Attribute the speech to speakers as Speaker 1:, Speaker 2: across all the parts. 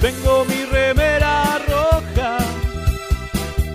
Speaker 1: Tengo mi remera roja,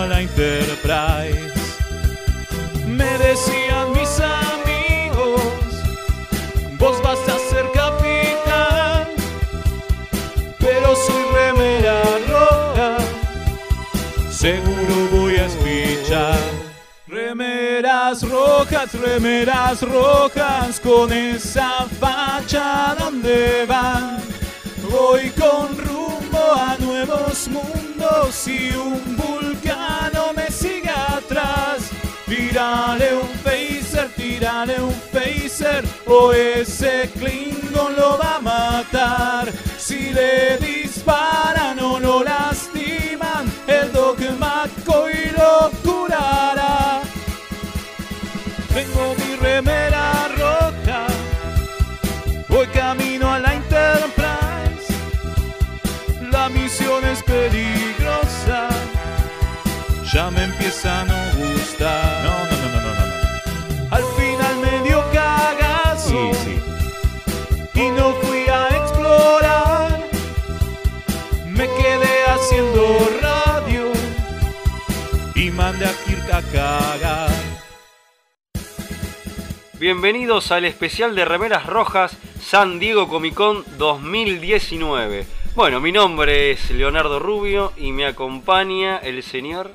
Speaker 1: a la Enterprise. Me decían mis amigos, vos vas a ser capitán, pero soy remera roja, seguro voy a espichar. Remeras rojas, remeras rojas, con esa facha donde van. Voy con rumbo a nuevos mundos y un vulcano me sigue atrás. Tírale un phaser, tírale un phaser, o ese Klingon lo va a matar. Si le disparan o lo lastiman, el dogma y lo curará. Tengo mi remera rota, voy camino a la Enterprise. La misión es peligrosa, ya me empieza a no gustar. No, no, no, no, no. Al final me dio cagazo y no fui a explorar. Me quedé haciendo radio y mandé a Kirk a cagar.
Speaker 2: Bienvenidos al especial de Remeras Rojas San Diego Comic Con 2019. Bueno, mi nombre es Leonardo Rubio y me acompaña el señor.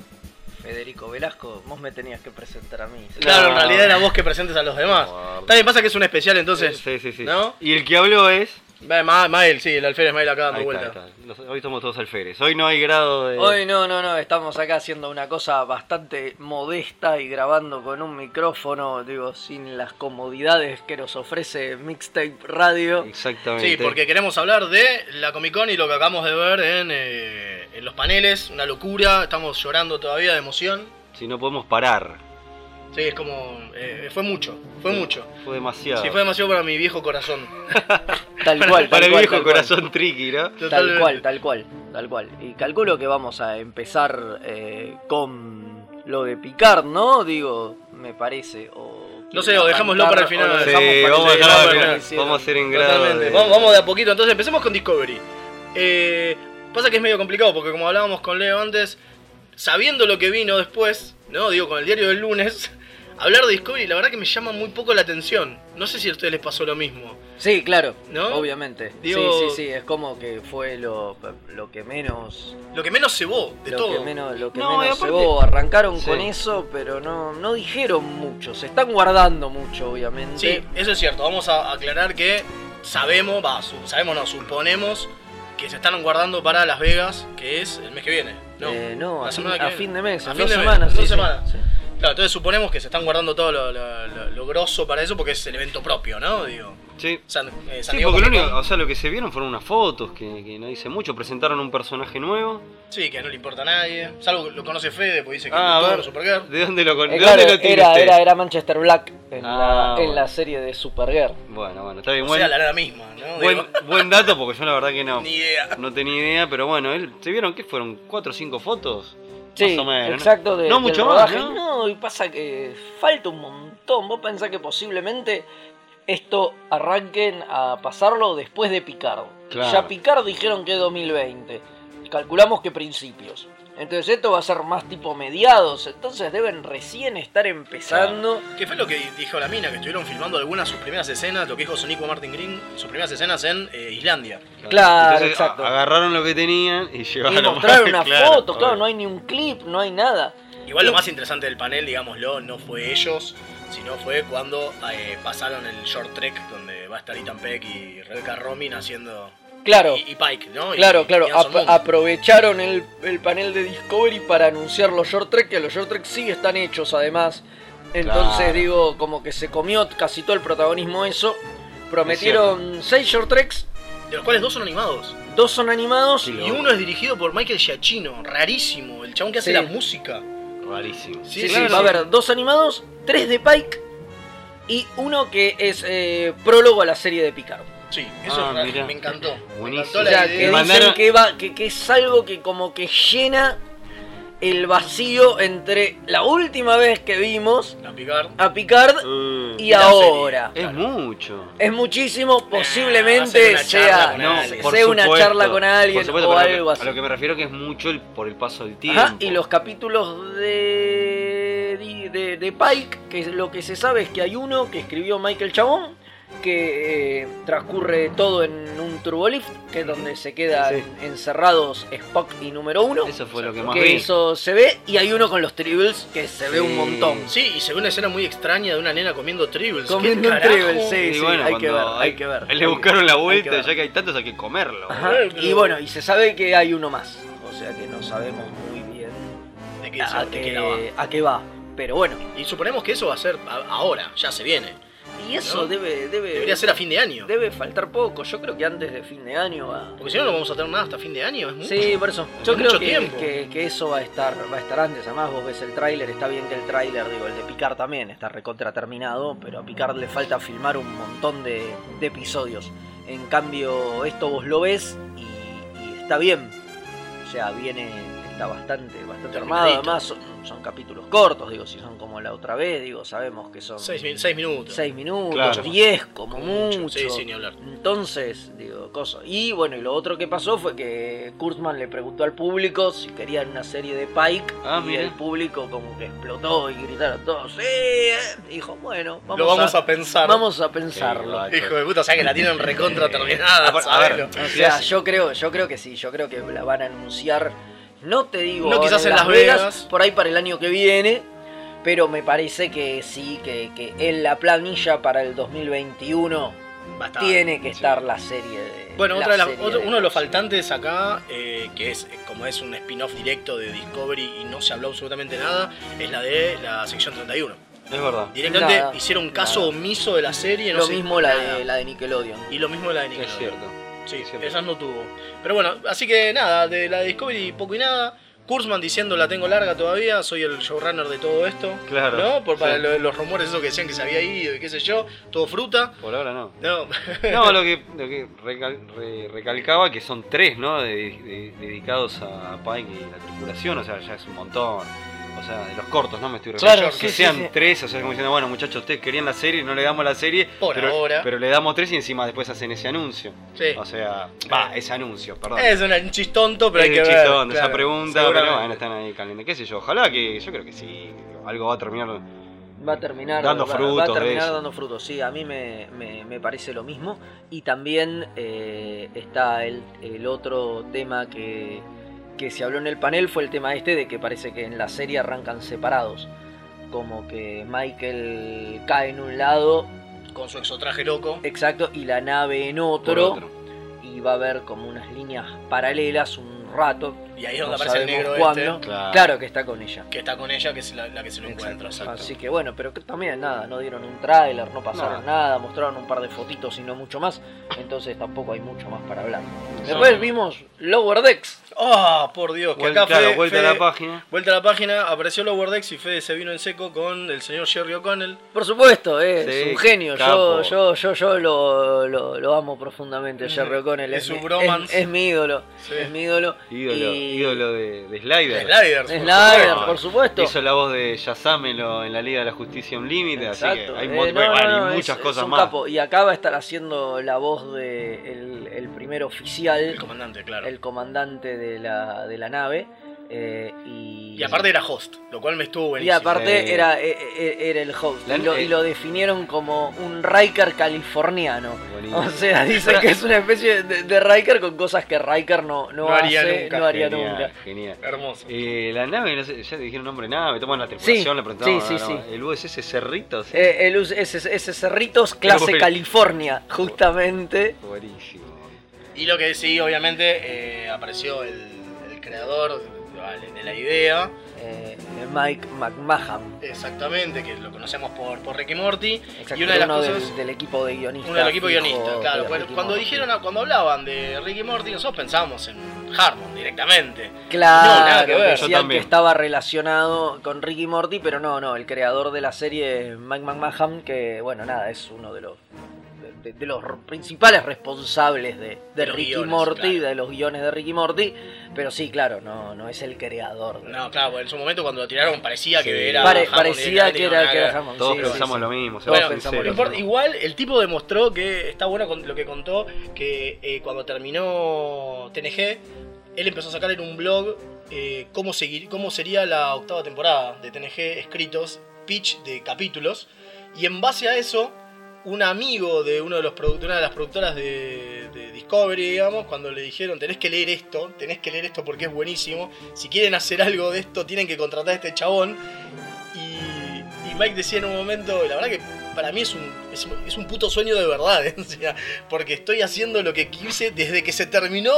Speaker 3: Federico Velasco, vos me tenías que presentar a mí.
Speaker 4: Claro, en
Speaker 2: No.
Speaker 4: realidad era vos que presentes a los demás.
Speaker 2: Guarda.
Speaker 4: También pasa que es un especial, entonces.
Speaker 2: Sí, sí, sí.
Speaker 4: ¿No?
Speaker 2: Y el que habló es.
Speaker 4: Va, Ma- Mael, sí, el alférez Mael acá dando
Speaker 2: Ahí está,
Speaker 4: vuelta.
Speaker 2: ahí está. Nos- Hoy somos todos alférez. Hoy no hay grado de.
Speaker 3: Hoy no, no, no, estamos acá haciendo una cosa bastante modesta y grabando con un micrófono, digo, sin las comodidades que nos ofrece Mixtape Radio.
Speaker 2: Exactamente.
Speaker 4: Sí, porque queremos hablar de la Comic Con y lo que acabamos de ver en, eh, en los paneles. Una locura, estamos llorando todavía de emoción.
Speaker 2: Si no podemos parar.
Speaker 4: Sí, es como. eh, fue mucho, fue mucho.
Speaker 2: Fue demasiado.
Speaker 4: Sí, fue demasiado para mi viejo corazón.
Speaker 3: Tal cual, tal
Speaker 2: Para el
Speaker 3: cual,
Speaker 2: viejo
Speaker 3: tal cual.
Speaker 2: corazón tricky, ¿no?
Speaker 3: Tal
Speaker 4: Totalmente.
Speaker 3: cual, tal cual, tal cual. Y calculo que vamos a empezar eh, con lo de picar, ¿no? Digo, me parece. O
Speaker 4: No sé, o dejámoslo para el final.
Speaker 3: o lo
Speaker 4: Sí,
Speaker 3: dejamos para
Speaker 2: vamos a
Speaker 3: el final,
Speaker 4: dejarlo
Speaker 2: dejarlo
Speaker 4: para
Speaker 3: como
Speaker 4: el
Speaker 2: al final.
Speaker 3: hicieron.
Speaker 2: Vamos a hacer en grado.
Speaker 4: Totalmente.
Speaker 2: de-
Speaker 4: Vamos, vamos de a poquito, entonces empecemos con Discovery. Eh, pasa que es medio complicado porque como hablábamos con Leo antes, sabiendo lo que vino después, ¿no? Digo, con el diario del lunes, hablar de Discovery la verdad que me llama muy poco la atención. No sé si a ustedes les pasó lo mismo.
Speaker 3: Sí, claro,
Speaker 4: ¿No?
Speaker 3: obviamente.
Speaker 4: Digo-
Speaker 3: Sí, sí, sí, es como que fue lo, lo que menos.
Speaker 4: Lo que menos se vos de
Speaker 3: lo
Speaker 4: todo.
Speaker 3: que menos, lo que
Speaker 2: No, y
Speaker 3: menos
Speaker 2: aparte-
Speaker 3: cebó. Arrancaron
Speaker 2: Sí.
Speaker 3: con eso, pero no, no dijeron mucho. Se están guardando mucho, obviamente.
Speaker 4: Sí, eso es cierto. Vamos a aclarar que sabemos, va, su- sabemos no, suponemos que se están guardando para Las Vegas, que es el mes que viene. No,
Speaker 3: Eh, no,
Speaker 4: la
Speaker 3: a, fin,
Speaker 4: semana que
Speaker 3: a
Speaker 4: viene.
Speaker 3: fin de mes,
Speaker 4: A
Speaker 3: en
Speaker 4: fin
Speaker 3: dos
Speaker 4: de mes,
Speaker 3: semanas.
Speaker 4: en
Speaker 3: sí,
Speaker 4: dos
Speaker 3: sí,
Speaker 4: semanas.
Speaker 3: sí.
Speaker 4: Claro, entonces suponemos que se están guardando todo lo, lo- lo- lo grosso para eso porque es el evento propio, ¿no? Digo,
Speaker 2: Sí.
Speaker 4: San, eh, San
Speaker 2: Sí,
Speaker 4: Diego
Speaker 2: porque lo
Speaker 4: Comic Con-
Speaker 2: único, o sea, lo que se vieron fueron unas fotos que, que no dice mucho. Presentaron un personaje nuvo.
Speaker 4: Sí, que no le importa a nadie. Salvo que lo conoce Fede, porque dice que
Speaker 2: Ah,
Speaker 4: es
Speaker 2: a
Speaker 4: todo
Speaker 2: ver.
Speaker 4: Supergirl.
Speaker 2: ¿De dónde lo, con-
Speaker 3: Eh,
Speaker 2: ¿de
Speaker 3: claro,
Speaker 2: dónde lo tiene
Speaker 3: era,
Speaker 2: usted?
Speaker 3: era, era Manchester Black en,
Speaker 2: Ah,
Speaker 3: la, en
Speaker 2: bueno.
Speaker 3: la serie de Supergirl.
Speaker 2: Bueno, bueno, está bien.
Speaker 4: O
Speaker 2: Buen,
Speaker 4: sea, la nada misma, ¿no?
Speaker 2: buen,
Speaker 4: Digo,
Speaker 2: buen dato porque yo la verdad que no,
Speaker 4: ni idea.
Speaker 2: no tenía idea. Pero bueno, él, ¿se vieron qué fueron? ¿Cuatro o cinco fotos?
Speaker 3: Sí,
Speaker 2: más o menos. ¿no?
Speaker 3: exacto. De,
Speaker 2: no
Speaker 3: del
Speaker 2: mucho más,
Speaker 3: rodaje.
Speaker 2: ¿no?
Speaker 3: y pasa que falta un montón. Vos pensás que posiblemente esto arranquen a pasarlo después de Picard.
Speaker 2: Claro.
Speaker 3: Ya Picard dijeron que 2020. Calculamos que principios. Entonces esto va a ser más tipo mediados. Entonces deben recién estar empezando.
Speaker 4: Que fue lo que dijo la mina, que estuvieron filmando algunas de sus primeras escenas, lo que dijo Sonico Martin Green, sus primeras escenas en eh, Islandia.
Speaker 3: Claro,
Speaker 2: Entonces, a-
Speaker 3: exacto.
Speaker 2: Agarraron lo que tenían y llevaron.
Speaker 3: Y mostrar una
Speaker 2: Claro,
Speaker 3: foto, claro,
Speaker 2: obvio.
Speaker 3: no hay ni un clip, no hay nada.
Speaker 4: Igual lo más interesante del panel, digámoslo, no fue ellos, sino fue cuando eh, pasaron el short trek donde va a estar Ethan Peck y Rebecca Romin haciendo...
Speaker 3: Claro.
Speaker 4: Y, y Pike, ¿no? Y-
Speaker 3: Claro,
Speaker 4: y
Speaker 3: claro,
Speaker 4: Anson
Speaker 3: ap-
Speaker 4: Moon.
Speaker 3: aprovecharon el, el panel de Discovery para anunciar los short trek, que los short trek sí están hechos además. Entonces
Speaker 2: Claro.
Speaker 3: digo, como que se comió casi todo el protagonismo eso. Prometieron seis short treks,
Speaker 4: de los cuales dos son animados.
Speaker 3: dos son animados.
Speaker 2: Sí,
Speaker 4: Y uno es dirigido por Michael Giacchino, rarísimo, el chabón que hace
Speaker 3: Sí.
Speaker 4: la música.
Speaker 2: Rarísimo.
Speaker 3: Sí, sí,
Speaker 4: claro.
Speaker 3: va a haber dos animados, tres de Pike y uno que es eh, prólogo a la serie de Picard.
Speaker 4: Sí, eso
Speaker 2: Ah,
Speaker 4: es raro,
Speaker 2: mirá.
Speaker 4: me encantó.
Speaker 2: Buenísimo.
Speaker 4: Me encantó la
Speaker 3: O sea,
Speaker 4: idea.
Speaker 3: que dicen
Speaker 2: mandaron-
Speaker 3: que, va, que, que es algo que como que llena el vacío entre la última vez que vimos
Speaker 4: La Picard.
Speaker 3: a Picard
Speaker 2: Mm.
Speaker 3: y
Speaker 4: y la
Speaker 3: ahora.
Speaker 2: Es mucho.
Speaker 3: Es muchísimo,
Speaker 4: va
Speaker 3: posiblemente
Speaker 4: a ser una charla
Speaker 3: sea,
Speaker 4: con
Speaker 2: Ah, No,
Speaker 4: alguien.
Speaker 2: por
Speaker 3: sea una
Speaker 2: supuesto.
Speaker 3: charla con alguien
Speaker 2: Por supuesto,
Speaker 3: o
Speaker 2: pero a lo que-
Speaker 3: algo así.
Speaker 2: A lo que me refiero que es mucho el- por el paso del tiempo.
Speaker 3: Ajá, y los capítulos de, de, de- de Pike, que lo que se sabe es que hay uno que escribió Michael Chabón, que eh, transcurre todo en un turbolift, que es donde se quedan
Speaker 2: Sí.
Speaker 3: encerrados Spock y número uno,
Speaker 2: Eso fue lo que más
Speaker 3: que
Speaker 2: vi.
Speaker 3: eso se ve, y hay uno con los tribbles, que se ve un
Speaker 2: Sí.
Speaker 3: montón.
Speaker 4: Sí, y se ve una escena muy extraña de una nena comiendo tribbles. ¿Qué
Speaker 3: Comiendo un
Speaker 4: carajo?
Speaker 3: tribble, sí,
Speaker 2: Y
Speaker 3: sí,
Speaker 2: bueno,
Speaker 3: hay que ver,
Speaker 2: cuando
Speaker 3: hay que ver. hay que-
Speaker 2: Le buscaron la
Speaker 3: hay que
Speaker 2: vuelta,
Speaker 3: ver.
Speaker 2: ya que hay tantos hay que comerlo.
Speaker 3: Ajá, Y bueno, y se sabe que hay uno más, o sea que no sabemos muy bien
Speaker 4: ¿De qué,
Speaker 3: a
Speaker 4: de qué la va?
Speaker 3: qué- a qué va, pero bueno.
Speaker 4: Y suponemos que eso va a ser a- ahora, ya se viene.
Speaker 3: Y eso
Speaker 4: ¿No?
Speaker 3: debe, debe,
Speaker 4: Debería ser a fin de año.
Speaker 3: debe faltar poco. Yo creo que antes de fin de año va.
Speaker 4: Porque si no, no vamos a tener nada hasta fin de año. Es mucho.
Speaker 3: Sí, por eso.
Speaker 4: Es
Speaker 3: Yo creo
Speaker 4: mucho
Speaker 3: que,
Speaker 4: tiempo.
Speaker 3: que- que eso va a estar, va a estar antes. Además, vos ves el tráiler, está bien que el tráiler, digo, el de Picard también está recontra terminado, pero a Picard le falta filmar un montón de, de episodios. En cambio, esto vos lo ves y, y está bien. O sea, viene, está bastante, bastante armado.
Speaker 4: Terminadito.
Speaker 3: Además, son, son capítulos cortos, digo, si son como la otra vez, digo, sabemos que son
Speaker 4: Seis, min- seis minutos.
Speaker 3: 6 minutos,
Speaker 2: Claro.
Speaker 3: 10 como
Speaker 4: Como
Speaker 3: mucho.
Speaker 4: mucho. Sí, sí, ni hablar.
Speaker 3: Entonces, digo, cosa. Y bueno, y lo otro que pasó fue que Kurtzman le preguntó al público si querían una serie de Pike.
Speaker 2: Ah,
Speaker 3: y
Speaker 2: mira.
Speaker 3: el público como que explotó y gritaron todos, ¡sí! eh". Dijo, bueno, vamos,
Speaker 4: Lo vamos a,
Speaker 3: a,
Speaker 4: pensar.
Speaker 3: vamos a pensarlo.
Speaker 2: Qué
Speaker 4: Hijo de puta, o sea que la tienen recontra terminada.
Speaker 2: A ver, a ver.
Speaker 4: sabelo.
Speaker 3: O sea,
Speaker 2: Sí,
Speaker 3: yo creo, yo creo que sí, yo creo que la van a anunciar, no te digo,
Speaker 4: No,
Speaker 3: ahora
Speaker 4: quizás en Las Vegas.
Speaker 3: por ahí para el año que viene, pero me parece que sí, que, que en la planilla para el 2021
Speaker 4: Va a estar.
Speaker 3: tiene que
Speaker 4: Sí.
Speaker 3: estar la serie de...
Speaker 4: Bueno, otra de las-
Speaker 3: serie
Speaker 4: otro-
Speaker 3: de-
Speaker 4: uno de los faltantes acá, eh, que es eh, como es un spin-off directo de Discovery y no se habló absolutamente nada, es la de la sección 31.
Speaker 2: Es verdad.
Speaker 4: Directamente
Speaker 3: Nada,
Speaker 4: hicieron caso
Speaker 3: nada.
Speaker 4: omiso de la serie. No
Speaker 3: Lo
Speaker 4: se
Speaker 3: mismo
Speaker 4: dijo
Speaker 3: la
Speaker 4: nada.
Speaker 3: de, la de Nickelodeon.
Speaker 4: Y lo mismo la de
Speaker 2: Es
Speaker 4: Nickelodeon.
Speaker 2: cierto.
Speaker 4: Sí,
Speaker 2: Es cierto.
Speaker 4: esas no tuvo. Pero bueno, así que nada, de la de Discovery poco y nada. Kurzman diciendo la tengo larga todavía, soy el showrunner de todo esto.
Speaker 2: Claro.
Speaker 4: ¿No? Por para
Speaker 2: Sí.
Speaker 4: lo- los rumores esos que decían que se había ido y qué sé yo, todo fruta.
Speaker 2: Por ahora no.
Speaker 4: No,
Speaker 2: No, lo que, lo que recal- re- recalcaba que son tres, ¿no? De- de- dedicados a Pike y la tripulación, o sea, ya es un montón. O sea, de los cortos, ¿no? Me estoy refiriendo.
Speaker 3: Claro,
Speaker 2: que
Speaker 3: sí, sí,
Speaker 2: sean
Speaker 3: sí.
Speaker 2: tres, o sea, como diciendo, bueno, muchachos, ustedes querían la serie, no le damos la serie.
Speaker 4: Por
Speaker 2: pero,
Speaker 4: ahora.
Speaker 2: Pero le damos tres y encima después hacen ese anuncio.
Speaker 4: sí. Eh.
Speaker 2: O sea, va, ese anuncio, perdón.
Speaker 4: Es un- un chis tonto, pero
Speaker 2: Es
Speaker 4: hay que
Speaker 2: un
Speaker 4: ver.
Speaker 2: chistón de esa
Speaker 4: claro,
Speaker 2: pregunta, pero
Speaker 4: seguramente.
Speaker 2: bueno, están ahí calientes. ¿Qué sé yo? Ojalá que, yo creo que sí, algo va a terminar.
Speaker 3: Va a terminar
Speaker 2: Dando
Speaker 3: va- va a
Speaker 2: frutos de
Speaker 3: terminar
Speaker 2: eso.
Speaker 3: dando frutos, sí, a mí me, me- me parece lo mismo. Y también eh, está el, el otro tema que, que se habló en el panel, fue el tema este de que parece que en la serie arrancan separados. Como que Michael cae en un lado,
Speaker 4: Con su exotraje loco.
Speaker 3: exacto, y la nave en
Speaker 2: por
Speaker 3: otro,
Speaker 2: otro.
Speaker 3: y va a haber como unas líneas paralelas un rato.
Speaker 4: Y ahí es
Speaker 3: no
Speaker 4: donde aparece el
Speaker 3: sabemos
Speaker 4: negro
Speaker 3: cuándo.
Speaker 4: este.
Speaker 2: Claro.
Speaker 3: Claro que está con ella.
Speaker 4: Que está con ella, que es la, la que se lo
Speaker 3: Exacto.
Speaker 4: encuentra. exacto.
Speaker 3: Así que bueno, pero que también nada, no dieron un tráiler, no pasaron
Speaker 2: No.
Speaker 3: nada, mostraron un par de fotitos y no mucho más, entonces tampoco hay mucho más para hablar.
Speaker 2: Sí.
Speaker 3: Después vimos Lower Decks.
Speaker 4: Ah, por Dios, que
Speaker 2: Vuelta,
Speaker 4: acá
Speaker 2: claro,
Speaker 4: Fede-
Speaker 2: vuelta a la
Speaker 4: Fede-
Speaker 2: página.
Speaker 4: Vuelta a la página, apareció Lower Decks y Fede se vino en seco con el señor Jerry O'Connell.
Speaker 3: Por supuesto, eh, es
Speaker 2: Sí,
Speaker 3: un genio,
Speaker 2: capo. Mm.
Speaker 3: yo, yo, yo, yo lo, lo, lo amo profundamente, Jerry O'Connell.
Speaker 4: Es su
Speaker 3: mi-
Speaker 4: bromance.
Speaker 3: es mi ídolo,
Speaker 4: Sí.
Speaker 3: es mi ídolo.
Speaker 2: Ídolo,
Speaker 3: Y-
Speaker 2: ídolo de, de Slider.
Speaker 4: Sliders. por
Speaker 3: Slider,
Speaker 4: supuesto.
Speaker 3: por supuesto.
Speaker 2: Hizo la voz de Shazam en, lo- en la Liga de la Justicia Unlimited, así que
Speaker 3: Exacto,
Speaker 2: hay,
Speaker 3: eh,
Speaker 2: mo-
Speaker 3: no,
Speaker 2: bueno,
Speaker 3: no,
Speaker 2: hay
Speaker 3: no, es-
Speaker 2: muchas
Speaker 3: es
Speaker 2: cosas
Speaker 3: un
Speaker 2: más.
Speaker 3: capo. Y acá va a estar haciendo la voz de el, el primer oficial,
Speaker 4: El comandante, claro.
Speaker 3: el comandante de la, de la nave. eh, y,
Speaker 4: Y aparte era host, lo cual me estuvo
Speaker 3: y
Speaker 4: buenísimo.
Speaker 3: aparte
Speaker 2: Sí.
Speaker 3: era, e- e- era el host.
Speaker 2: La-
Speaker 3: y, lo, y
Speaker 2: eh.
Speaker 3: lo definieron como un Riker californiano.
Speaker 2: Buenísimo.
Speaker 3: O sea, dicen que es una especie de, de Riker con cosas que Riker no, no,
Speaker 4: No haría
Speaker 3: hace,
Speaker 4: nunca,
Speaker 3: no haría
Speaker 2: genial,
Speaker 3: nunca.
Speaker 2: Genial.
Speaker 4: Hermoso.
Speaker 2: Eh, la nave, no sé, ya dijeron nombre de nave, bueno, la tripulación,
Speaker 3: Sí,
Speaker 2: le preguntaron.
Speaker 3: sí, sí,
Speaker 2: no, no,
Speaker 3: sí.
Speaker 2: El USS Cerritos.
Speaker 3: Eh, el, us- ese, ese Cerritos clase
Speaker 2: Bueno.
Speaker 3: California, justamente.
Speaker 2: Buenísimo.
Speaker 4: Y lo que sí, obviamente, eh, apareció el, el creador vale, de la idea,
Speaker 3: eh, Mike McMahon.
Speaker 4: exactamente, que lo conocemos por, por Rick y Morty.
Speaker 3: Exacto,
Speaker 4: y una de las
Speaker 3: uno
Speaker 4: cosas.
Speaker 3: del, del equipo de guionistas.
Speaker 4: Uno del equipo
Speaker 3: fijo
Speaker 4: guionista,
Speaker 3: de
Speaker 4: claro. Bueno,
Speaker 3: Ricky
Speaker 4: cuando
Speaker 3: Morty.
Speaker 4: dijeron, ah, cuando hablaban de Rick y Morty, nosotros pensábamos en Harmon directamente.
Speaker 3: Claro,
Speaker 4: No, nada que ver.
Speaker 2: Yo
Speaker 3: decían que
Speaker 2: también.
Speaker 3: estaba relacionado con Ricky Morty, pero no, no, el creador de la serie es Mike McMahon, que bueno, nada, es uno de los de, de los r- principales responsables de, de
Speaker 4: los
Speaker 3: Ricky
Speaker 4: guiones,
Speaker 3: Morty,
Speaker 4: claro.
Speaker 3: de los guiones de Ricky Morty, pero sí, claro, no, no es el creador. de-
Speaker 4: No, claro, porque en su momento cuando lo tiraron parecía
Speaker 2: Sí.
Speaker 4: que era.
Speaker 3: Pare-
Speaker 4: Hammond
Speaker 3: parecía
Speaker 4: directamente,
Speaker 3: que
Speaker 4: no,
Speaker 3: era,
Speaker 4: nada
Speaker 3: que
Speaker 4: ver.
Speaker 3: era Hammond,
Speaker 2: Todos
Speaker 3: sí, sí,
Speaker 2: pensamos
Speaker 3: sí.
Speaker 2: lo mismo,
Speaker 4: Bueno,
Speaker 2: seamos
Speaker 3: pensamos
Speaker 4: No
Speaker 2: sinceros.
Speaker 4: importa, igual el tipo demostró que está bueno con lo que contó, que eh, cuando terminó TNG, él empezó a sacar en un blog eh, cómo, seguir, cómo sería la octava temporada de TNG escritos, pitch de capítulos, y en base a eso, un amigo de uno de los produ- de una de las productoras de, de Discovery, digamos, cuando le dijeron tenés que leer esto, tenés que leer esto porque es buenísimo, si quieren hacer algo de esto tienen que contratar a este chabón. Y, y Mike decía en un momento, la verdad que para mí es un, es, un- es un puto sueño de verdad, o sea, porque estoy haciendo lo que quise desde que se terminó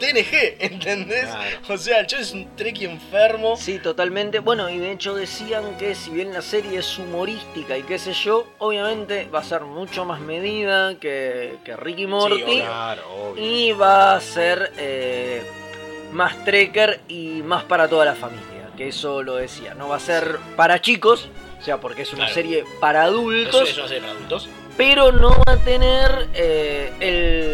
Speaker 4: TNG, ¿entendés?
Speaker 2: Claro.
Speaker 4: O sea, el chabón es un treki enfermo.
Speaker 3: Sí, totalmente. Bueno, y de hecho decían que si bien la serie es humorística y qué sé yo, obviamente va a ser mucho más medida que, que Ricky Morty.
Speaker 4: obvio.
Speaker 2: Claro, obvio.
Speaker 3: y va a ser eh, más trekker y más para toda la familia. Que eso lo decía. No va a ser para chicos, o sea, porque es una
Speaker 4: Claro.
Speaker 3: serie para
Speaker 4: Eso,
Speaker 3: adultos,
Speaker 4: eso hace para adultos.
Speaker 3: pero no va a tener eh,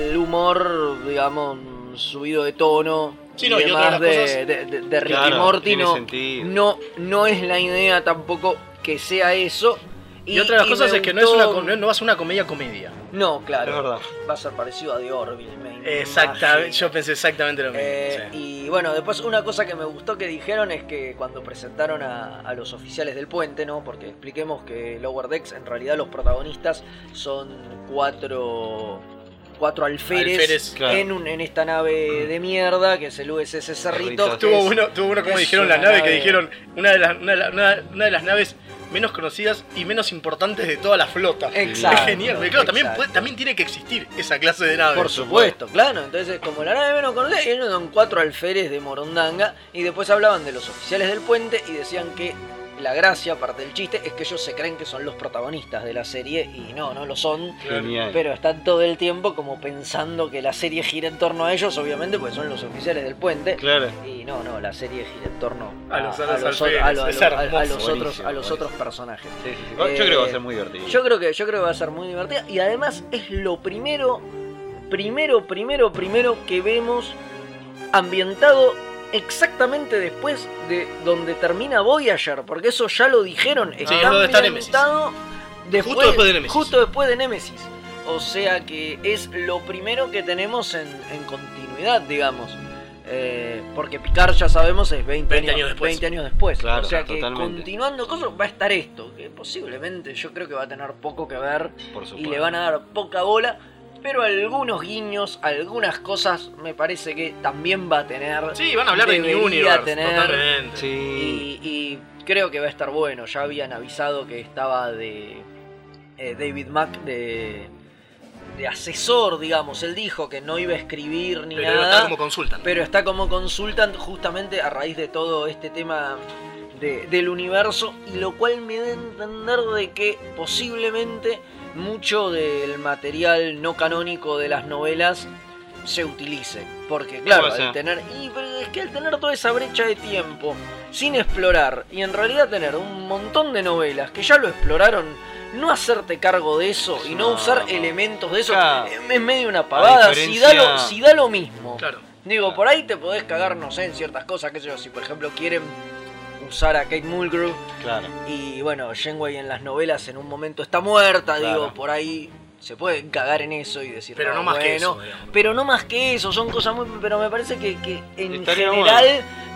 Speaker 3: el humor, digamos, subido de tono.
Speaker 4: Sí, no, y
Speaker 3: demás
Speaker 4: otras
Speaker 3: de,
Speaker 4: cosas-
Speaker 3: de- de- de Ricky
Speaker 2: Claro,
Speaker 3: Morty.
Speaker 2: tiene
Speaker 3: No,
Speaker 2: sentido.
Speaker 3: no, no es la idea tampoco que sea eso.
Speaker 4: Y, otra de las
Speaker 3: y
Speaker 4: cosas
Speaker 3: me
Speaker 4: es que no, es una,
Speaker 3: gustó-
Speaker 4: com- no va a ser una comedia comedia.
Speaker 3: No,
Speaker 2: Es
Speaker 3: claro.
Speaker 2: verdad.
Speaker 3: Va a ser parecido a The Orville. me
Speaker 4: Exactamente,
Speaker 3: imagino.
Speaker 4: yo pensé exactamente lo mismo.
Speaker 3: Ah, Eh,
Speaker 4: sí.
Speaker 3: Y bueno, después una cosa que me gustó que dijeron es que cuando presentaron a, a los oficiales del puente, ¿no? Porque expliquemos que Lower Decks, en realidad los protagonistas son cuatro, cuatro alférez,
Speaker 4: Alférez,
Speaker 2: claro.
Speaker 3: en, un- en esta nave de mierda que es el USS Cerrito.
Speaker 2: Cerrito.
Speaker 4: Tuvo uno, tuvo uno como
Speaker 3: es
Speaker 4: dijeron
Speaker 3: una
Speaker 4: las naves, que
Speaker 3: nave.
Speaker 4: dijeron una de, las, una, de la- una- una de las naves menos conocidas y menos importantes de toda la flota.
Speaker 3: Exacto.
Speaker 4: Es genial, pero claro, también,
Speaker 3: exacto.
Speaker 4: puede- también tiene que existir esa clase de nave.
Speaker 3: Por supuesto, claro. Entonces, como la nave menos conocida, ellos son cuatro alférez de Morondanga. Y después hablaban de los oficiales del puente y decían que la gracia, aparte del chiste, es que ellos se creen que son los protagonistas de la serie. Y no, no lo son.
Speaker 4: Claro.
Speaker 2: Genial.
Speaker 3: Pero están todo el tiempo como pensando que la serie gira en torno a ellos, obviamente, porque son los oficiales del puente.
Speaker 2: Claro.
Speaker 3: Y no, no, la serie gira en torno
Speaker 4: A los- a los
Speaker 3: los
Speaker 4: alférez,
Speaker 3: a los-
Speaker 4: es
Speaker 3: a los- a los
Speaker 4: hermoso,
Speaker 3: otros,
Speaker 2: buenísimo,
Speaker 3: a los otros
Speaker 2: buenísimo.
Speaker 3: personajes.
Speaker 2: Sí, sí, sí. Oh, Yo creo que va a ser muy divertido.
Speaker 3: Eh, Yo creo que, yo creo que va a ser muy divertida. Y además es lo primero, primero, primero, primero que vemos ambientado exactamente después de donde termina Voyager. Porque eso ya lo dijeron.
Speaker 4: es
Speaker 3: Está
Speaker 4: donde está Nemesis.
Speaker 3: ambientado después,
Speaker 4: Justo después de Nemesis.
Speaker 3: justo después de Nemesis. O sea que es lo primero que tenemos en, en continuidad, digamos. Eh, porque Picard ya sabemos es 20,
Speaker 4: 20 años después.
Speaker 3: 20 años después.
Speaker 2: Claro,
Speaker 3: o sea que
Speaker 2: totalmente.
Speaker 3: continuando cosas va a estar esto, que posiblemente yo creo que va a tener poco que ver
Speaker 2: por
Speaker 3: y
Speaker 2: supuesto.
Speaker 3: le van a dar poca bola, pero algunos guiños, algunas cosas me parece que también va a tener.
Speaker 4: Sí, van a hablar de New
Speaker 3: Debería
Speaker 4: Universe,
Speaker 3: tener-
Speaker 4: totalmente.
Speaker 2: Sí.
Speaker 3: Y, y creo que va a estar bueno. Ya habían avisado que estaba de eh, David Mack de, de asesor, digamos. Él dijo que no iba a escribir ni
Speaker 4: Pero
Speaker 3: nada.
Speaker 4: está como consultan.
Speaker 3: Pero está como consultan justamente a raíz de todo este tema de- del universo y lo cual me da a entender de que posiblemente mucho del material no canónico de las novelas se utilice. Porque claro,
Speaker 2: Puede ser.
Speaker 3: al tener, y, pero es que al tener toda esa brecha de tiempo sin explorar y en realidad tener un montón de novelas que ya lo exploraron, no hacerte cargo de eso y no
Speaker 2: No.
Speaker 3: usar elementos de eso
Speaker 2: Claro.
Speaker 3: es es medio una pavada. Si da lo,
Speaker 2: diferencia-
Speaker 3: si da lo mismo.
Speaker 4: Claro.
Speaker 3: Digo, por ahí te podés cagar, no sé, en ciertas cosas, qué sé yo, si por ejemplo quieren usar a Kate Mulgrew
Speaker 2: Claro.
Speaker 3: y bueno, Janeway en las novelas en un momento está muerta,
Speaker 2: Claro.
Speaker 3: digo, por ahí se puede cagar en eso y decir, "Ah,
Speaker 4: Pero no más que
Speaker 3: bueno,
Speaker 4: eso, digamos.
Speaker 3: Pero no más que eso, son cosas muy... Pero me parece que, que en
Speaker 2: Estaría
Speaker 3: general,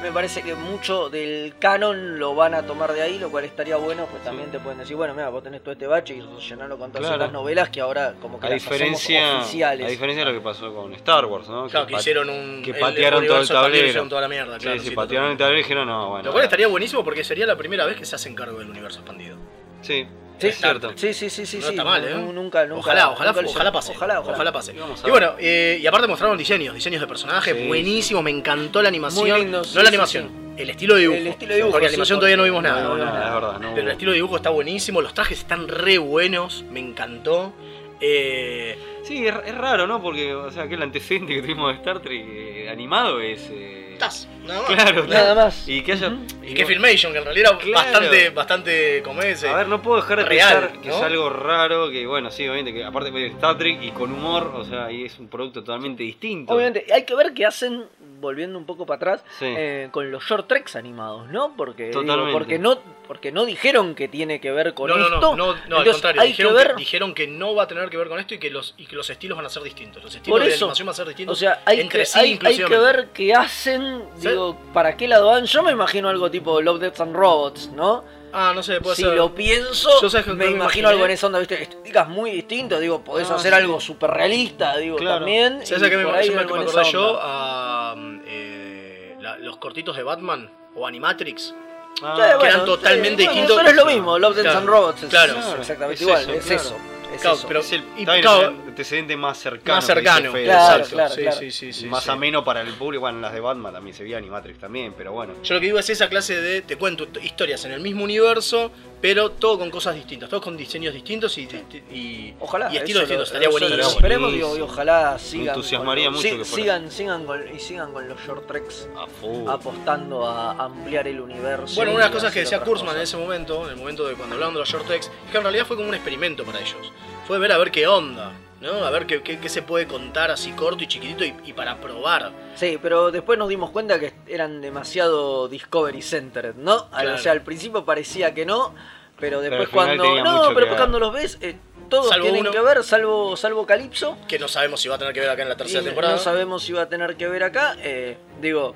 Speaker 3: me parece que mucho del canon lo van a tomar de ahí, lo cual estaría bueno, pues también
Speaker 2: Sí.
Speaker 3: te pueden decir, bueno, mira, vos tenés todo este bache y llenarlo con todas
Speaker 2: Claro.
Speaker 3: las novelas que ahora como que
Speaker 2: A
Speaker 3: las hacemos
Speaker 2: diferencia,
Speaker 3: oficiales.
Speaker 2: a diferencia de lo que pasó con Star Wars, ¿no?
Speaker 4: Claro, que
Speaker 2: pat-
Speaker 4: hicieron un.
Speaker 2: que
Speaker 4: el- el
Speaker 2: patearon todo el
Speaker 4: universo expandido,
Speaker 2: tablero.
Speaker 4: hicieron toda la mierda,
Speaker 2: Sí,
Speaker 4: claro,
Speaker 2: sí,
Speaker 4: sí,
Speaker 2: patearon el
Speaker 4: totalmente.
Speaker 2: tablero y dijeron, no, bueno.
Speaker 4: Lo cual estaría buenísimo porque sería la primera vez que se hacen cargo del universo expandido.
Speaker 2: Sí,
Speaker 3: Sí.
Speaker 2: es cierto.
Speaker 3: Sí, sí, sí, sí.
Speaker 4: No
Speaker 3: sí.
Speaker 4: está mal, ¿eh?
Speaker 3: Nu- Nunca, nunca.
Speaker 4: ojalá, ojalá,
Speaker 3: nunca lo
Speaker 4: ojalá
Speaker 3: hicieron.
Speaker 4: pase.
Speaker 3: Ojalá, ojalá.
Speaker 4: pase.
Speaker 2: Vamos a
Speaker 4: Y
Speaker 2: ver.
Speaker 4: bueno, eh, y aparte mostraron diseños, diseños de personajes
Speaker 2: Sí.
Speaker 4: buenísimos, me encantó la animación.
Speaker 3: Muy lindo, sí,
Speaker 4: no la
Speaker 3: sí,
Speaker 4: animación, el estilo de dibujo.
Speaker 3: El estilo de dibujo,
Speaker 4: Porque la
Speaker 3: sí,
Speaker 4: animación
Speaker 3: porque-
Speaker 4: todavía no vimos nada.
Speaker 2: No, no, es verdad, no.
Speaker 4: Pero el estilo de dibujo está buenísimo, los trajes están re buenos, me encantó. Eh,
Speaker 2: Sí, es, es raro, ¿no? Porque, o sea, aquel antecedente que tuvimos de Star Trek eh, animado es eh,
Speaker 4: estás, nada más.
Speaker 2: Claro,
Speaker 3: Nada más.
Speaker 2: Y que haya.
Speaker 3: Ujú.
Speaker 4: Y que Filmation, que en realidad era
Speaker 2: Claro.
Speaker 4: bastante, bastante eh. comedia.
Speaker 2: A ver, no puedo dejar de
Speaker 4: Real,
Speaker 2: pensar que
Speaker 4: ¿no?
Speaker 2: es algo raro, que bueno, sí, obviamente, que aparte de Star Trek y con humor, o sea, y es un producto totalmente distinto.
Speaker 3: Obviamente, hay que ver qué hacen, volviendo un poco para atrás,
Speaker 2: Sí.
Speaker 3: eh, con los short treks animados, ¿no? Porque, digo,
Speaker 2: Totalmente.
Speaker 3: porque, no, porque no dijeron que tiene que ver con
Speaker 4: no, no, no,
Speaker 3: esto.
Speaker 4: no, no, al
Speaker 3: Entonces,
Speaker 4: contrario,
Speaker 3: hay
Speaker 4: dijeron
Speaker 3: que
Speaker 4: que,
Speaker 3: ver-
Speaker 4: dijeron que no va a tener que ver con esto y que los, y que los estilos van a ser distintos. Los estilos
Speaker 3: Por
Speaker 4: de
Speaker 3: eso,
Speaker 4: animación van a ser
Speaker 3: O
Speaker 4: distintos.
Speaker 3: sea, hay
Speaker 4: entre
Speaker 3: que,
Speaker 4: sí,
Speaker 3: hay, hay
Speaker 4: inclusivamente.
Speaker 3: que ver qué hacen,
Speaker 4: Sí.
Speaker 3: digo, para qué lado van. Yo me imagino algo tipo Love, Death and Robots, ¿no?
Speaker 4: ah, no sé, puede
Speaker 3: Si
Speaker 4: ser.
Speaker 3: lo pienso,
Speaker 4: Yo sabes que
Speaker 3: me
Speaker 4: me
Speaker 3: imagino algo
Speaker 4: imaginé-
Speaker 3: en esa onda, ¿viste? Estéticas muy distintas, digo, podés
Speaker 2: Ah,
Speaker 3: hacer
Speaker 2: sí.
Speaker 3: algo súper realista, digo,
Speaker 2: Claro.
Speaker 3: también.
Speaker 4: ¿Sabes
Speaker 3: y
Speaker 4: a qué me,
Speaker 3: por ahí
Speaker 4: yo me-
Speaker 3: algo
Speaker 4: me
Speaker 3: en
Speaker 4: acordé
Speaker 3: esa
Speaker 4: yo?
Speaker 3: onda.
Speaker 4: A mm, eh, la- los cortitos de Batman o Animatrix.
Speaker 2: Ah,
Speaker 3: Sí, bueno,
Speaker 4: eran totalmente
Speaker 3: sí, bueno,
Speaker 4: distintos.
Speaker 3: Pero es lo mismo, Love, Death
Speaker 4: Claro,
Speaker 3: and Robots. Es,
Speaker 4: claro.
Speaker 3: es exactamente
Speaker 2: Es
Speaker 3: igual,
Speaker 2: eso,
Speaker 3: es
Speaker 2: claro.
Speaker 3: eso. Es
Speaker 4: Claro,
Speaker 3: eso.
Speaker 4: pero-
Speaker 2: es el,
Speaker 4: y-
Speaker 2: está bien,
Speaker 4: claro.
Speaker 2: el antecedente más cercano.
Speaker 4: Más
Speaker 2: que dice
Speaker 4: cercano.
Speaker 2: Fede,
Speaker 3: Claro,
Speaker 2: exacto.
Speaker 3: claro,
Speaker 4: sí,
Speaker 3: claro.
Speaker 4: sí, sí, sí,
Speaker 2: más
Speaker 4: sí.
Speaker 2: ameno para el público, bueno, las de Batman también se veía Animatrix también, pero bueno.
Speaker 4: Yo lo que digo es esa clase de, te cuento t- historias en el mismo universo, pero todo con cosas distintas, todo con diseños distintos y, y,
Speaker 3: Ojalá.
Speaker 4: y estilos
Speaker 3: eso lo-
Speaker 4: distintos, estaría
Speaker 3: eso lo
Speaker 4: buenísimo.
Speaker 2: Estaría
Speaker 3: Esperemos digo, y
Speaker 2: buenísimo.
Speaker 3: ojalá sigan.
Speaker 2: entusiasmaría
Speaker 3: con-
Speaker 2: mucho
Speaker 3: sí,
Speaker 2: que fuera Uh.
Speaker 3: sigan, sigan con, y sigan con los short treks
Speaker 2: A full.
Speaker 3: apostando a ampliar el universo.
Speaker 4: Bueno,
Speaker 3: y
Speaker 4: una de las cosas que
Speaker 3: hacer
Speaker 4: decía
Speaker 3: otras
Speaker 4: Kurzman en
Speaker 3: cosas.
Speaker 4: ese momento, en el momento de cuando hablaban de los short treks, es que en realidad fue como un experimento para ellos. Fue ver a ver qué onda, ¿no? A ver qué, qué- qué se puede contar así corto y chiquitito y, y para probar.
Speaker 3: Sí, pero después nos dimos cuenta que eran demasiado Discovery Centered, ¿no? Al-
Speaker 4: Claro.
Speaker 3: O sea, al principio parecía que no, pero después
Speaker 2: al final
Speaker 3: cuando.
Speaker 2: tenía mucho
Speaker 3: No,
Speaker 2: que
Speaker 3: pero
Speaker 2: ver.
Speaker 3: cuando los ves, eh, todos
Speaker 4: Salvo
Speaker 3: tienen
Speaker 4: uno.
Speaker 3: que ver, salvo, salvo Calypso.
Speaker 4: Que no sabemos si va a tener que ver acá en la tercera
Speaker 3: Y
Speaker 4: temporada.
Speaker 3: No sabemos si va a tener que ver acá. eh, digo,